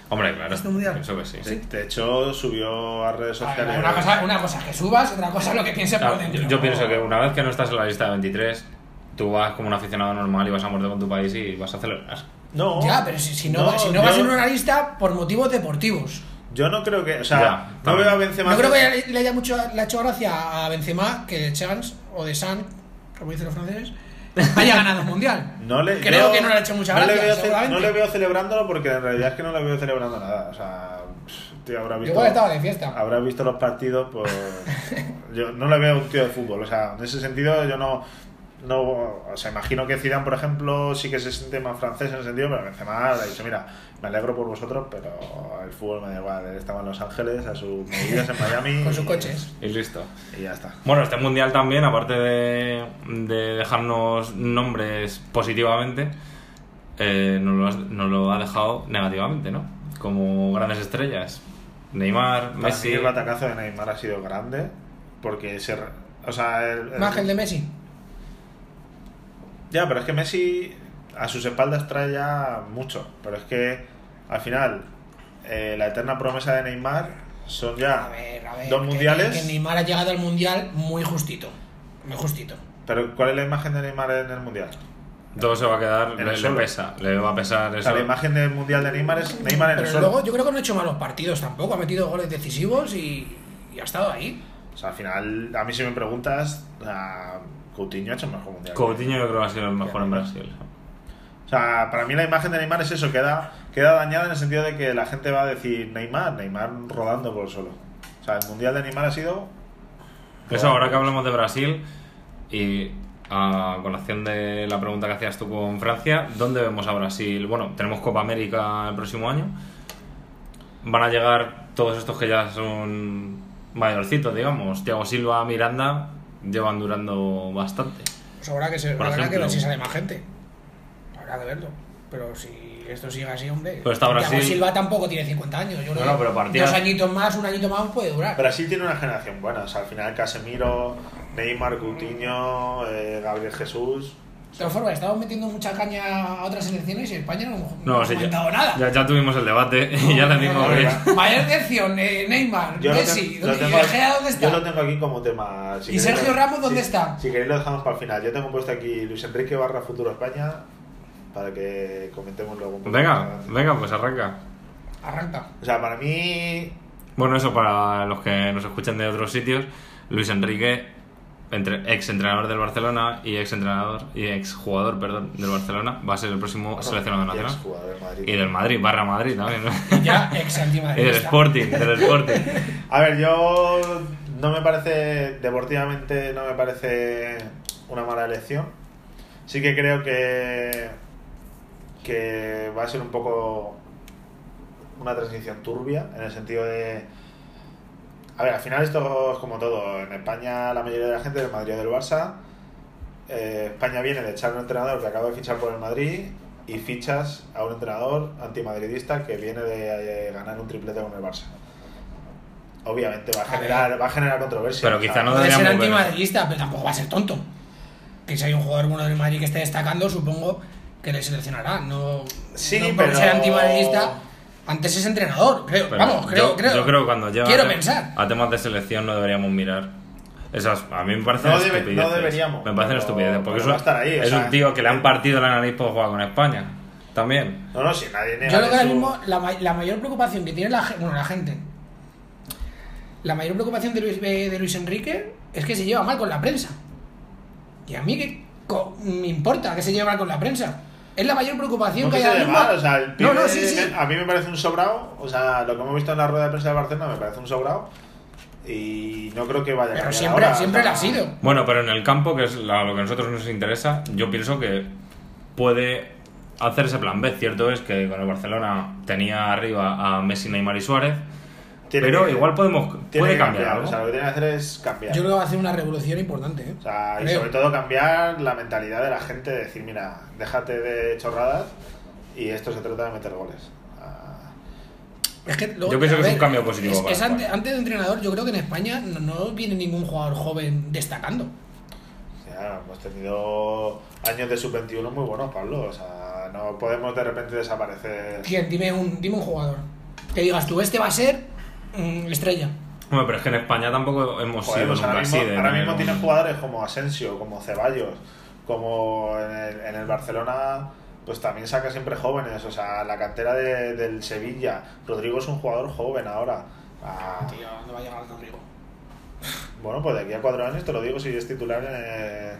S2: Hombre, claro.
S4: Este mundial.
S2: Pienso que sí.
S3: De, de hecho, subió a redes
S4: A ver,
S3: sociales.
S4: Una cosa, una cosa es que subas, otra cosa es lo que piensas
S2: Ah,
S4: por
S2: yo,
S4: dentro.
S2: yo pienso que una vez que no estás en la lista de 23, tú vas como un aficionado normal y vas a muerte con tu país y vas a celebrar.
S3: No,
S4: Ya, pero si, si no,
S3: no,
S4: va- si no
S3: yo-
S4: vas en una lista por motivos deportivos.
S3: Yo no creo que. O sea,
S2: Ya,
S3: no
S2: también.
S3: veo a Benzema.
S4: No creo que le- le haya mucho, le ha hecho gracia a Benzema que de Chance o de San, como dicen los franceses, haya ganado un mundial.
S3: No le-
S4: creo
S3: yo
S4: que no le ha hecho mucha
S3: no le
S4: gracia,
S3: veo ce-
S4: seguramente.
S3: no le veo celebrándolo porque en realidad es que no le veo celebrando nada. O sea, pff, tío, habrá visto.
S4: Igual estaba de fiesta.
S3: Habrá visto los partidos, pues. yo no le veo un tío de fútbol. O sea, en ese sentido, yo no. No, o sea, imagino que Zidane, por ejemplo, sí que se siente más francés en ese sentido, pero Benzema le ha dicho, mira, me alegro por vosotros, pero el fútbol me da igual, él estaba en Los Ángeles, a sus medidas en Miami.
S4: Con sus
S3: y-
S4: coches.
S2: Y listo.
S3: Y ya está.
S2: Bueno, este mundial también, aparte de, de dejarnos nombres positivamente, eh, nos, lo has- nos lo ha dejado negativamente, ¿no? Como grandes estrellas. Neymar,
S3: Para mí
S2: Messi.
S3: el batacazo de Neymar ha sido grande porque se re- o sea el- el-
S4: Más que el de Messi.
S3: ya pero es que Messi a sus espaldas trae ya mucho pero es que al final eh, la eterna promesa de Neymar son ya
S4: A ver, a ver.
S3: dos
S4: que-
S3: mundiales
S4: Que, Neymar ha llegado al mundial muy justito. Muy justito.
S3: pero ¿cuál es la imagen de Neymar en el mundial?
S2: Todo se va a quedar,
S3: En
S2: le,
S3: el
S2: le
S3: solo.
S2: pesa, le va a pesar
S3: O
S2: eso.
S3: sea, la imagen del mundial de Neymar es Neymar en el
S4: Pero
S3: solo
S4: luego yo creo que no ha hecho malos partidos tampoco. Ha metido goles decisivos y, y ha estado ahí.
S3: o sea al final a mí si me preguntas ah, Coutinho ha hecho el mejor mundial
S2: Coutinho yo creo que ha sido el mejor en Brasil.
S3: O sea, para mí la imagen de Neymar es eso, queda, queda dañada en el sentido de que la gente va a decir Neymar, Neymar rodando por el suelo. O sea, el mundial de Neymar ha sido.
S2: Eso, ahora que hablamos de Brasil y a colación de la pregunta que hacías tú con Francia, ¿dónde vemos a Brasil? Bueno, tenemos Copa América el próximo año. Van a llegar todos estos que ya son mayorcitos, digamos. Thiago Silva, Miranda, llevan durando bastante.
S4: Pues habrá que, ser,
S2: Por
S4: habrá que
S2: ejemplo.
S4: ver si sale más gente. Habrá que verlo. Pero si que esto siga así, hombre.
S2: Pero está
S4: Thiago
S2: Brasil.
S4: Silva tampoco tiene 50 años. Yo
S2: No,
S4: creo
S2: no,
S4: que
S2: pero partidas-
S4: Dos añitos más, un añito más puede durar.
S3: Brasil tiene una generación buena, o sea, al final Casemiro, Neymar, Coutinho, eh, Gabriel Jesús.
S4: De todas formas, estamos metiendo mucha caña a otras selecciones y España no,
S2: No,
S4: ha
S2: sí, ya,
S4: comentado nada.
S2: ya, ya tuvimos el debate y ya le dimos.
S3: no,
S2: bien.
S3: no,
S4: Mayor excepción, eh, Neymar,
S3: Yo, lo ten-
S4: Messi,
S3: lo
S4: ¿dónde-
S3: tengo-
S4: y De Gea, ¿dónde
S3: yo lo
S4: está?
S3: tengo aquí como tema.
S4: ¿Y Sergio Ramos dónde
S3: si-
S4: está?
S3: Si queréis lo dejamos para el final. Yo tengo puesto aquí Luis Enrique barra Futuro España para que comentemos luego. un poco
S2: Venga,
S3: más.
S2: venga, pues arranca.
S4: Arranca.
S3: O sea, para mí
S2: Bueno, eso para los que nos escuchen de otros sitios, Luis Enrique, entre, ex entrenador del Barcelona y ex entrenador y ex jugador, perdón, del Barcelona, va a ser el próximo seleccionado
S3: Bueno, y
S2: nacional.
S3: exjugador del Madrid.
S2: Y del Madrid, barra Madrid también, ¿no?
S4: Ya, ex
S2: Y del
S4: antimadridista.
S2: Sporting, del Sporting.
S3: A ver, yo no me parece, deportivamente no me parece una mala elección. Sí que creo que, que va a ser un poco una transición turbia, en el sentido de... A ver, al final esto es como todo. En España la mayoría de la gente es del Madrid o del Barça. Eh, España viene de echar un entrenador que acaba de fichar por el Madrid y fichas a un entrenador antimadridista que viene de eh, ganar un triplete con el Barça. Obviamente va a
S4: A ver.
S3: generar, va a generar controversia.
S2: Pero
S3: o sea,
S2: quizá no
S4: Puede ser
S2: deberíamos ver.
S4: antimadridista, pero tampoco va a ser tonto. Que si hay un jugador bueno del Madrid que esté destacando, supongo que le seleccionará. No,
S3: Sí,
S4: no por
S3: pero-
S4: ser antimadridista, antes es entrenador, creo.
S2: Pero
S4: Vamos, creo,
S2: yo,
S4: creo.
S2: yo creo que cuando llega
S4: Quiero
S2: a, te-
S4: pensar.
S2: a temas de selección no deberíamos mirar. Esas, a mí me parecen
S3: No debe-
S2: estupideces.
S3: no deberíamos,
S2: Me parecen
S3: pero-
S2: estupideces. Porque
S3: pero
S2: es,
S3: va
S2: un-
S3: a estar ahí, o
S2: es
S3: sea,
S2: un tío que le han
S3: eh.
S2: partido la nariz por jugar con España. También.
S3: No, no, si nadie niega
S4: Yo creo que ahora
S3: su-
S4: mismo la, ma- la mayor preocupación que tiene la, ge- bueno, la gente, la mayor preocupación de Luis, de de Luis Enrique es que se lleva mal con la prensa. Y a mí que co- me importa que se lleve mal con la prensa. Es la mayor
S3: No
S4: preocupación que
S3: que
S4: hay
S3: se
S4: ahora
S3: dé
S4: mismo.
S3: mal, o sea, el
S4: no,
S3: pibe-
S4: no, sí, sí.
S3: A mí me parece un sobrado, o sea, lo que hemos visto en la rueda de prensa de Barcelona me parece un sobrado y no creo que vaya a
S4: Pero
S3: cambiar
S4: siempre,
S3: ahora, o
S4: siempre
S3: sea,
S4: lo ha sido.
S2: Bueno, pero en el campo, que es la- lo que a nosotros nos interesa, yo pienso que puede hacerse plan B. Cierto es que con el Barcelona tenía arriba a Messi, Neymar y Suárez,
S3: tiene
S2: pero
S3: que-
S2: igual podemos
S3: tiene
S2: puede
S3: que
S2: cambiar
S3: O
S2: algo.
S3: sea, lo que tiene que hacer es cambiar.
S4: Yo creo que va a hacer una revolución importante. ¿eh?
S3: O sea, y
S4: Creo.
S3: sobre todo cambiar la mentalidad de la gente, de decir, mira, déjate de chorradas y esto se trata de meter goles. Ah,
S4: Es que luego-
S2: Yo pienso
S4: a
S2: que es un cambio positivo
S4: es-
S2: para
S4: es
S2: España.
S4: ante- antes de entrenador, yo creo que en España no, no viene ningún jugador joven destacando.
S3: ya, hemos tenido años de sub-21 muy buenos, Pablo. O sea, no podemos de repente desaparecer.
S4: ¿Quién? Dime un, dime un jugador. Que digas tú, este va a ser mm, estrella.
S2: Bueno, pero es que en España tampoco hemos
S3: Joder,
S2: sido
S3: pues
S2: nunca
S3: ahora mismo,
S2: así. de
S3: ahora
S2: tener
S3: mismo
S2: un-
S3: tienes jugadores como Asensio, como Ceballos, como en el, en el Barcelona, pues también saca siempre jóvenes. O sea, la cantera de- del Sevilla. Rodrigo es un jugador joven ahora. Ah,
S4: Tío, ¿dónde va a llegar Rodrigo?
S3: bueno, pues de aquí a cuatro años te lo digo si es titular eh,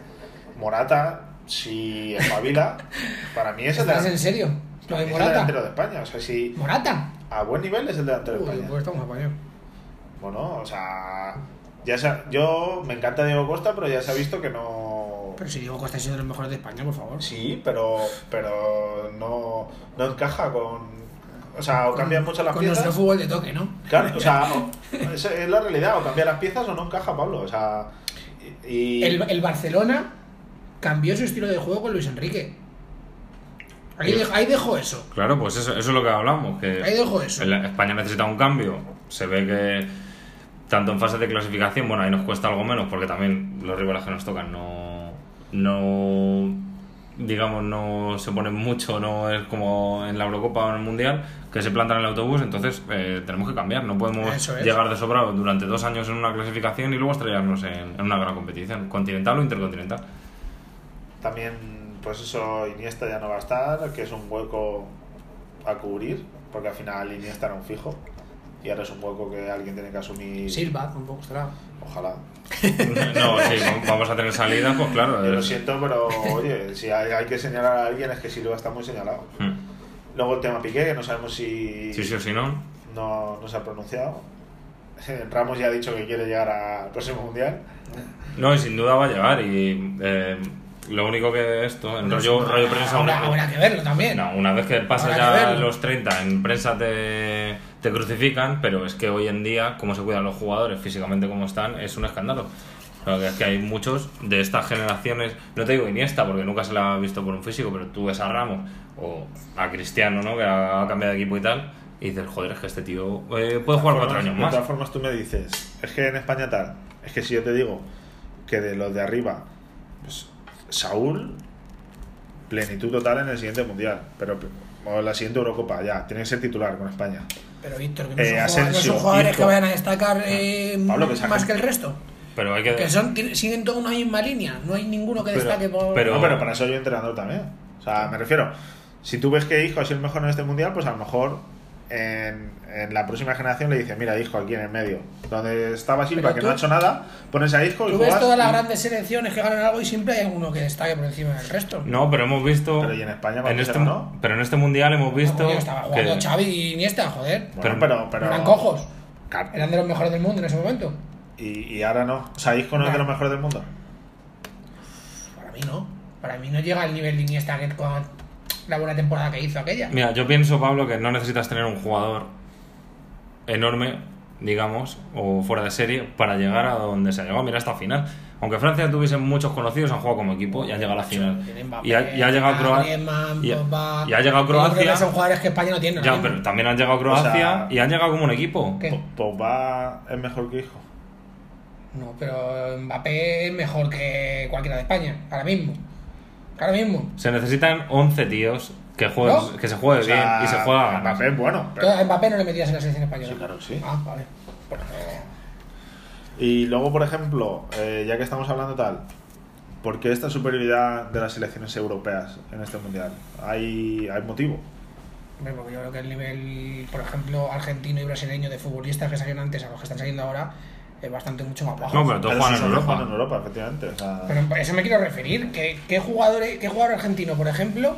S3: Morata, si espabila. para mí es el,
S4: ¿Estás
S3: delan-
S4: en serio? Lo
S3: para
S4: de
S3: mí es el delantero
S4: Morata.
S3: de España. O sea, si
S4: ¿Morata?
S3: a buen nivel es el delantero de
S4: Uy,
S3: España.
S4: pues estamos apañados.
S3: Bueno, o sea, ya se ha- yo me encanta Diego Costa, pero ya se ha visto que no.
S4: Pero si digo Costa ha sido de los mejores de España, por favor.
S3: Sí, pero, pero no, no encaja con. O sea, o cambian mucho las
S4: Con
S3: piezas.
S4: nuestro fútbol de toque, ¿no?
S3: Claro, o sea, o- es, es la realidad, o cambian las piezas o no encaja, Pablo. O sea, y. y-
S4: El, el Barcelona cambió su estilo de juego con Luis Enrique. Ahí,
S2: Sí.
S4: dej- ahí dejo eso.
S2: Claro, pues eso, eso es lo que hablamos. Que
S4: Ahí dejo eso.
S2: el- España necesita un cambio. Se ve que tanto en fase de clasificación, bueno, ahí nos cuesta algo menos porque también los rivales que nos tocan no, no digamos, no se ponen mucho, no es como en la Eurocopa o en el Mundial, que se plantan en el autobús, entonces eh, tenemos que cambiar, no podemos
S4: Eso es.
S2: llegar de sobrado durante dos años en una clasificación y luego estrellarnos en, en una gran competición, continental o intercontinental.
S3: También, pues eso, Iniesta ya no va a estar, que es un hueco a cubrir, porque al final Iniesta era un fijo. Y ahora es un hueco que alguien tiene que asumir.
S4: Silva, un poco estará.
S3: Ojalá.
S2: No, sí, vamos a tener salida, pues claro.
S3: Yo lo
S2: es-
S3: siento, pero oye, si hay, hay que señalar a alguien es que Silva está muy señalado.
S2: Mm.
S3: Luego el tema Piqué, que no sabemos si
S2: Sí, sí o sí, no.
S3: No, no se ha pronunciado. Ramos ya ha dicho que quiere llegar al próximo mundial.
S2: No, y sin duda va a llegar. Y eh, lo único que esto, en
S4: No sé,
S2: rollo, rollo prensa.
S4: Habrá,
S2: una-
S4: habrá que verlo también.
S2: no, una vez que pasas
S4: habrá que
S2: ya
S4: verlo.
S2: los 30, en prensa te, te crucifican, pero es que hoy en día, como se cuidan los jugadores físicamente como están, es un escándalo. Lo que es que hay muchos de estas generaciones, no te digo Iniesta porque nunca se la ha visto por un físico, pero tú ves a Ramos o a Cristiano, ¿no? Que ha cambiado de equipo y tal, y dices, joder, es que este tío eh, puede jugar cuatro años
S3: De
S2: más.
S3: todas formas, tú me dices, es que en España tal, es que si yo te digo que de los de arriba, pues, Saúl, plenitud total en el siguiente mundial, pero o en la siguiente Eurocopa, ya, tiene que ser titular con España.
S4: Pero Víctor, que no,
S3: Eh,
S4: son, jugadores,
S3: Asensio,
S4: no son jugadores
S3: Isco.
S4: que vayan a destacar eh,
S3: Pablo, que saquen-
S4: más que el resto.
S2: Pero hay que...
S4: Que son, que siguen todos una misma línea. No hay ninguno que destaque por.
S2: pero-
S3: No, pero para eso yo entrenador también. O sea, me refiero, si tú ves que hijo es el mejor en este mundial, pues a lo mejor en, en la próxima generación le dices, mira, hijo, aquí en el medio, donde estaba Silva,
S4: Pero
S3: que
S4: tú-
S3: no ha hecho nada, pones a hijo y
S4: Tú ves
S3: juegas
S4: todas las
S3: y-
S4: grandes selecciones que ganan algo y siempre hay alguno que destaque por encima del resto.
S2: No, pero hemos visto...
S3: Pero ¿y en España cuando
S2: en
S3: se
S2: este,
S3: ganó?
S2: Pero en este Mundial hemos
S4: No,
S2: visto...
S4: coño, estaba jugando
S2: que-
S4: Xavi y Iniesta, joder.
S3: Bueno,
S2: Pero-
S3: pero, pero,
S4: Eran cojos.
S3: Claro.
S4: Eran de los mejores del mundo en ese momento.
S3: Y, y ahora no. O sea, Isco no es de los mejores del mundo.
S4: Para mí no. Para mí no llega al nivel de Iniesta que con la buena temporada que hizo aquella.
S2: Mira, yo pienso, Pablo, que no necesitas tener un jugador enorme, digamos, o fuera de serie, para llegar a donde se ha llegado. Mira, esta final. Aunque Francia tuviese muchos conocidos, han jugado como equipo y han llegado a la final.
S4: Tienen Mbappé,
S2: Y ha, y ha llegado Croacia.
S4: Griezmann,
S2: Y, ha-
S4: Pogba.
S2: y ha llegado
S4: Yo creo que
S2: Croacia.
S4: Son jugadores que España no tiene. ahora
S2: Ya,
S4: mismo.
S2: pero también han llegado Croacia
S3: sea-
S2: y han llegado como un equipo.
S4: ¿Qué?
S3: Po- Pogba es mejor que Isco.
S4: No, pero Mbappé es mejor que cualquiera de España. Ahora mismo. Ahora mismo.
S2: Se necesitan 11 tíos que, jueguen,
S4: ¿No?
S2: que se juegue
S3: O sea,
S2: bien y se juega a ganar.
S3: Mbappé es bueno.
S4: Tú
S3: pero-
S4: a Mbappé no le metías en la selección española.
S3: Sí, claro que sí.
S4: Ah, vale.
S3: Y luego, por ejemplo, eh, ya que estamos hablando tal, ¿por qué esta superioridad de las selecciones europeas en este mundial? ¿Hay, hay motivo?
S4: Hombre, porque yo creo que el nivel, por ejemplo, argentino y brasileño de futbolistas que salieron antes a los que están saliendo ahora es bastante mucho más bajo.
S2: No, pero todos
S3: Pero
S2: juegan
S3: si
S2: en
S3: solo
S2: Europa.
S3: juegan en Europa, efectivamente. o sea,
S4: Pero a eso me quiero referir. ¿Qué, qué, jugadores, qué jugador argentino, por ejemplo,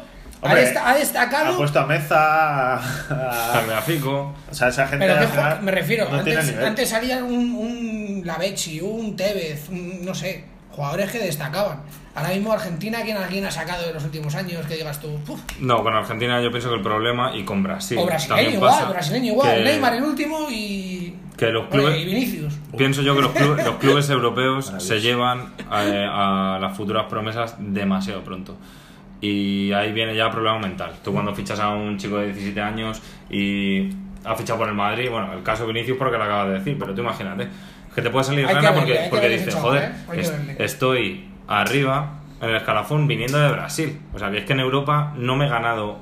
S4: ha,
S3: Hombre,
S4: desta- ha
S3: ha
S4: destacado?
S3: puesto a Meza. a-
S2: Está el gráfico.
S3: o sea, esa gente.
S4: Pero
S3: al
S4: qué
S3: final
S4: jugador- me refiero,
S3: No tiene
S4: antes,
S3: nivel.
S4: antes salían un, un Lavechi, un Tevez, un- no sé, jugadores que destacaban. Ahora mismo Argentina, ¿quién, alguien ha sacado de los últimos años que digas tú? "Puf"?
S2: No, con Argentina yo pienso que el problema y con Brasil.
S4: o brasileño
S2: también
S4: igual,
S2: pasa
S4: brasileño igual,
S2: que-
S4: Neymar el último y...
S2: que los
S4: bueno,
S2: clubes-
S4: y Vinicius.
S2: Pienso yo que los clubes, los clubes europeos se llevan eh, a, las futuras promesas demasiado pronto. Y ahí viene ya el problema mental. Tú cuando fichas a un chico de 17 años y ha fichado por el Madrid, bueno, el caso Vinicius porque lo acabas de decir, pero tú imagínate, que te puede salir
S4: Hay que
S2: rana
S4: verle, hay
S2: porque,
S4: que
S2: porque
S4: verle
S2: dices,
S4: ese
S2: joder,
S4: chaval, ¿eh? Hay que
S2: es-
S4: verle".
S2: estoy arriba en el escalafón viniendo de Brasil. O sea, que es que en Europa no me he ganado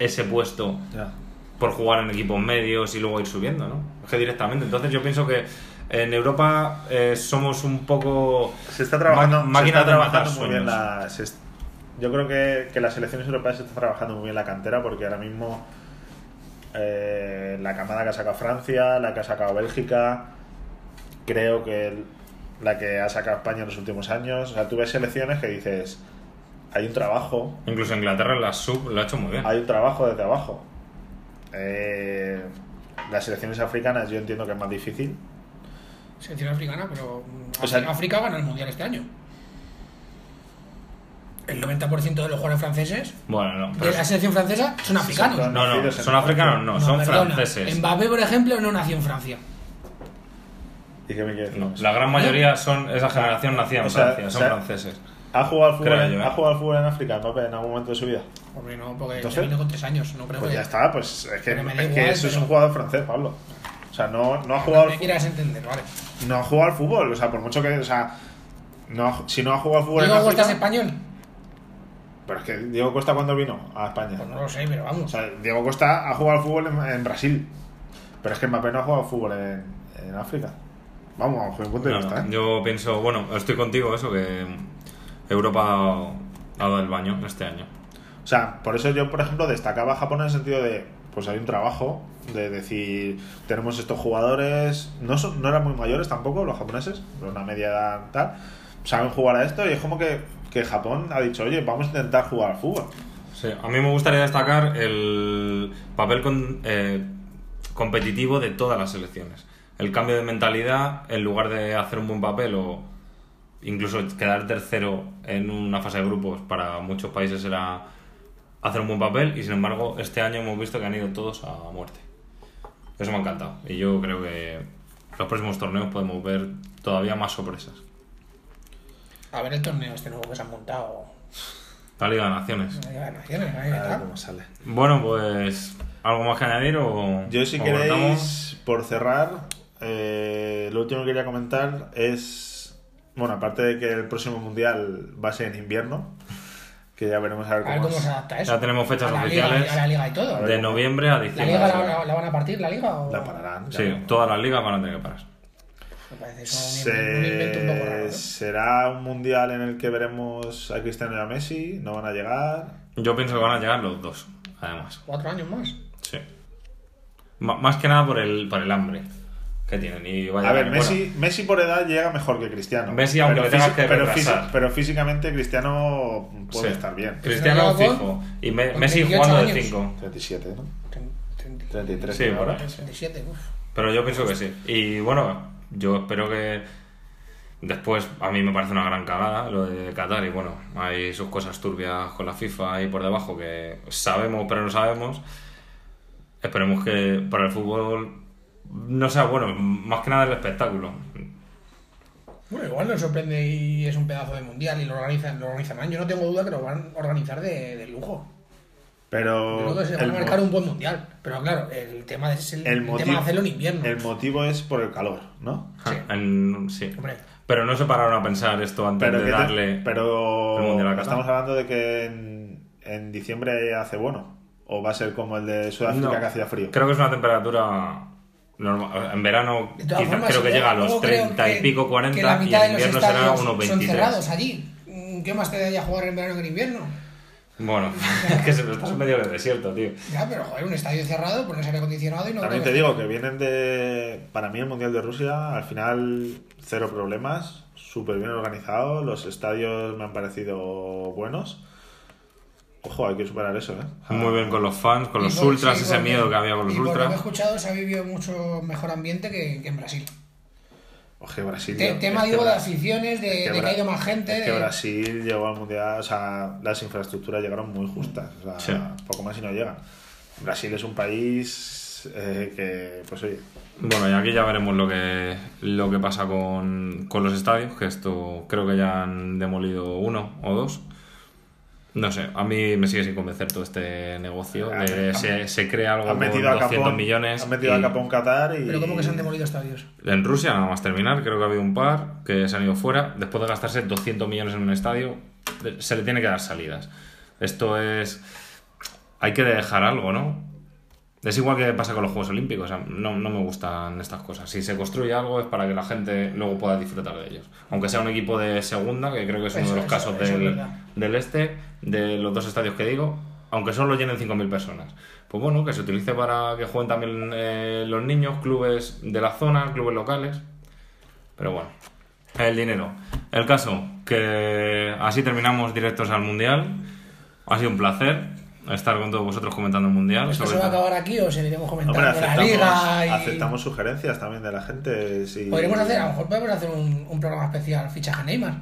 S2: ese puesto
S3: Ya.
S2: por jugar en equipos medios y luego ir subiendo, ¿no? Es que directamente. Entonces yo pienso que en Europa eh, somos un poco...
S3: Se está trabajando,
S2: ma- máquinas
S3: se está
S2: de matar
S3: trabajando muy bien
S2: sueños.
S3: la. se est- yo creo que, que las selecciones europeas se está trabajando muy bien la cantera porque ahora mismo eh, la camada que ha sacado Francia, la que ha sacado Bélgica, creo que el- la que ha sacado España en los últimos años. O sea, tú ves selecciones que dices, hay un trabajo,
S2: Incluso Inglaterra en la sub lo ha hecho muy bien.
S3: hay un trabajo desde abajo. Eh, las selecciones africanas yo entiendo que es más difícil.
S4: Selección africana, pero mm,
S3: O sea-
S4: África- África gana el mundial este año. El 90% de los jugadores franceses
S2: Bueno, no.
S4: de
S2: pero-
S4: la selección francesa son africanos.
S3: son-
S2: no, no, son africanos, no, son
S4: perdona.
S2: franceses.
S4: Mbappé, por ejemplo, no nació en Francia.
S3: ¿Y qué me quieres decir?
S2: No, la gran mayoría son esa generación nacida en
S3: O sea,
S2: Francia,
S3: o
S2: son
S3: sea-
S2: franceses.
S3: ¿Ha jugado al fútbol,
S2: Creo
S3: en,
S2: yo, ¿eh?
S3: ¿ha jugado al fútbol en África, Mbappé, en algún momento de su vida?
S4: Porque no, porque
S3: Entonces-
S4: vino con tres años. No creo
S3: Pues
S4: que,
S3: ya está, pues es que,
S4: Pero me da
S3: es que
S4: igual,
S3: eso es
S4: pero-
S3: un jugador francés, Pablo. O sea, no, no ha
S4: no
S3: jugado
S4: me
S3: al, fu-
S4: quieras entender, vale.
S3: no ha jugado al fútbol, o sea, por mucho que, o sea, no ha- si no ha jugado al fútbol en
S4: ¿Diego Costa es
S3: África,
S4: español?
S3: pero es que Diego Costa cuando vino a España.
S4: Pues no lo sé, pero
S3: O
S4: vamos.
S3: sea, Diego Costa ha jugado al fútbol en, en Brasil, pero es que Mbappé no ha jugado al fútbol en, en África. Vamos, a un punto de
S2: No,
S3: vista,
S2: no,
S3: ¿eh?
S2: Yo pienso, bueno, estoy contigo eso, que Europa ha dado, ha dado el baño este año.
S3: O sea, por eso yo, por ejemplo, destacaba a Japón en el sentido de, pues hay un trabajo, de decir, tenemos estos jugadores, no, son, no eran muy mayores tampoco los japoneses, pero una media edad tal, saben jugar a esto y es como que, que Japón ha dicho, oye, vamos a intentar jugar al fútbol.
S2: Sí, a mí me gustaría destacar el papel con- eh, competitivo de todas las selecciones. El cambio de mentalidad, en lugar de hacer un buen papel o incluso quedar tercero en una fase de grupos, para muchos países era hacer un buen papel y sin embargo este año hemos visto que han ido todos a muerte. Eso me ha encantado y yo creo que los próximos torneos podemos ver todavía más sorpresas.
S4: A ver el torneo este nuevo que se han montado.
S2: La Liga de Naciones.
S4: La Liga de Naciones, ahí
S3: A ver
S4: está.
S2: Ah,
S3: cómo sale.
S2: Bueno, pues. ¿Algo más que añadir o.?
S3: Yo si
S2: o
S3: queréis,
S2: cortamos?
S3: por cerrar, eh, lo último que quería comentar es, bueno, aparte de que el próximo mundial va a ser en invierno, que ya veremos a ver
S4: A
S3: cómo,
S4: ver cómo
S3: es.
S4: se adapta eso.
S2: Ya tenemos fechas
S4: A la liga,
S2: oficiales.
S4: a la liga y todo.
S2: De noviembre a
S4: ¿La
S2: diciembre.
S4: liga la, la- la van a partir, la liga? O...
S3: la pararán. ya
S2: Sí,
S3: veremos.
S2: todas las ligas van a tener que parar.
S4: Me parece eso un, un invento un poco raro.
S3: Se...
S4: ¿no?
S3: Será un mundial en el que veremos a Cristiano y a Messi, no van a llegar.
S2: Yo pienso que van a llegar los dos, además.
S4: Cuatro años más.
S2: Sí. M- más que nada por el, por el hambre que tienen. Y vaya
S3: A ver,
S2: bueno,
S3: Messi, Messi por edad llega mejor que Cristiano.
S2: Messi, aunque le tengas
S3: fisi-
S2: que
S3: pero,
S2: retrasar.
S3: fisi- pero físicamente Cristiano puede
S2: sí.
S3: estar bien.
S2: Cristiano
S4: Cristiano
S2: fijo. Y Me-
S4: con
S2: Messi
S4: 38
S2: jugando de
S4: años.
S2: 5.
S3: 37, ¿no?
S4: Tre- treinta-
S3: 33.
S2: Sí,
S3: creo,
S2: por
S3: ¿no?
S2: ahí.
S4: 37, uf.
S2: Pero yo pienso que sí. Y bueno, yo espero que. Después, a mí me parece una gran cagada lo de Qatar. Y bueno, hay sus cosas turbias con la FIFA ahí por debajo que sabemos, pero no sabemos. Esperemos que para el fútbol no sea bueno, más que nada el espectáculo.
S4: Bueno, igual nos sorprende y es un pedazo de mundial y lo organizan, lo organizan mal. Yo no tengo duda que lo van a organizar de, de lujo. Yo
S3: Pero
S4: Creo que se van a
S3: el
S4: marcar
S3: mo-
S4: un buen mundial. Pero claro, el tema es el,
S3: el
S4: el
S3: motivo,
S4: tema de hacerlo en invierno.
S3: El motivo es por el calor, ¿no?
S4: Sí.
S2: En- sí.
S4: Hombre,
S2: Pero no se pararon a pensar esto antes
S3: Pero,
S2: de
S3: que te-
S2: darle.
S3: pero
S2: el Mundial a Qatar.
S3: estamos hablando de que en, en diciembre hace bueno. O va a ser como el de Sudáfrica
S2: No.
S3: que hacía frío.
S2: Creo que es una temperatura normal. En verano
S4: de todas
S2: quizás
S4: formas,
S2: creo que
S4: yo
S2: llega a
S4: luego
S2: los
S4: creo
S2: 30 y
S4: que-
S2: pico,
S4: que
S2: 40
S4: la
S2: y
S4: mitad de
S2: en
S4: los
S2: invierno será
S4: estadios
S2: unos
S4: Son
S2: 23.
S4: cerrados allí. Mm, ¿Qué más te da ya jugar en verano que en invierno?
S2: Bueno, es que se lo estás en medio del desierto, tío.
S4: Ya, pero joder, un estadio cerrado, pones aire acondicionado y no.
S3: También te
S4: creo
S3: digo que vienen de. Para mí, el Mundial de Rusia, al final, cero problemas. Súper bien organizado. Los estadios me han parecido buenos. Ojo, hay que superar eso, ¿eh?
S2: Muy bien con los fans, con los
S4: Y por-
S2: ultras,
S4: sí,
S2: ese
S4: por-
S2: miedo que había con los
S4: y Por lo que he
S2: ultras.
S4: escuchado, se ha vivido mucho mejor ambiente que, que en Brasil.
S3: Ojo, Brasil.
S4: Te-
S3: tío.
S4: tema,
S3: Es que
S4: digo, de
S3: Bra-
S4: aficiones, de,
S3: es que
S4: de que
S3: Bra-
S4: ha ido más gente.
S3: Es que
S4: de-
S3: Brasil llegó al mundial, o sea, las infraestructuras llegaron muy justas, o sea,
S2: Sí.
S3: poco más y no llegan. Brasil es un país eh, que, pues oye,
S2: Bueno, y aquí ya veremos lo que, lo que pasa con, con los estadios, que esto creo que ya han demolido uno o dos. No sé, a mí me sigue sin convencer todo este negocio.
S3: Ah,
S2: de-
S3: han-
S2: se, se crea algo
S3: han
S2: con
S3: metido a
S2: 200
S3: Capón,
S2: millones.
S3: han metido a
S2: y-
S3: Capón Qatar y
S4: Pero ¿cómo que se han demolido estadios?
S2: En Rusia, nada más terminar, creo que ha habido un par que se han ido fuera. Después de gastarse 200 millones en un estadio, de- se le tiene que dar salidas. Esto es. Hay que dejar algo, ¿no? Es igual que pasa con los Juegos Olímpicos. o sea, no, no me gustan estas cosas. Si se construye algo es para que la gente luego pueda disfrutar de ellos. Aunque sea un equipo de segunda, que creo que es uno
S4: Eso-
S2: de los
S4: eso-
S2: casos
S4: eso es
S2: del,
S4: verdad.
S2: del este, de los dos estadios que digo, aunque solo llenen 5.000 personas. Pues bueno, que se utilice para que jueguen también eh, los niños, clubes de la zona, clubes locales. Pero bueno, el dinero. El caso, que así terminamos directos al Mundial. Ha sido un placer estar con todos vosotros comentando el Mundial.
S4: ¿Esto se
S2: sobre
S4: va a
S2: todo.
S4: acabar aquí o seguiremos comentando
S3: Hombre,
S4: la
S3: aceptamos,
S4: liga? Y...
S3: aceptamos sugerencias también de la gente. Si...
S4: Podríamos hacer, a lo mejor podemos hacer un, un programa especial fichaje Neymar.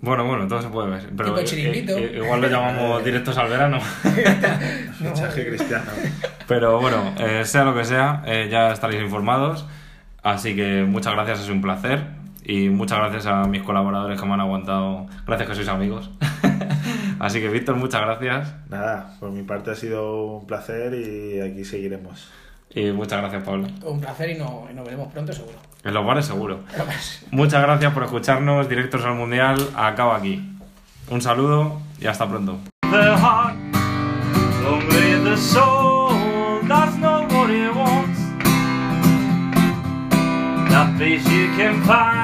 S2: Bueno, bueno, todo se puede ver. Pero
S4: Tipo chiringuito.
S2: eh, eh, igual lo llamamos directos al verano.
S3: Fichaje cristiano.
S2: Pero bueno, eh, sea lo que sea, eh, ya estaréis informados. Así que muchas gracias, es un placer. Y muchas gracias a mis colaboradores que me han aguantado. Gracias que sois amigos. Así que Víctor, muchas gracias.
S3: Nada, por mi parte ha sido un placer y aquí seguiremos.
S2: Y muchas gracias, Pablo.
S4: Un placer y, no, y nos veremos pronto seguro.
S2: En los bares seguro.
S4: Pero pues,
S2: Muchas gracias por escucharnos. Directos al Mundial, acaba aquí. Un saludo y hasta pronto.
S1: the heart, only the soul does know what it wants. That peace you can find.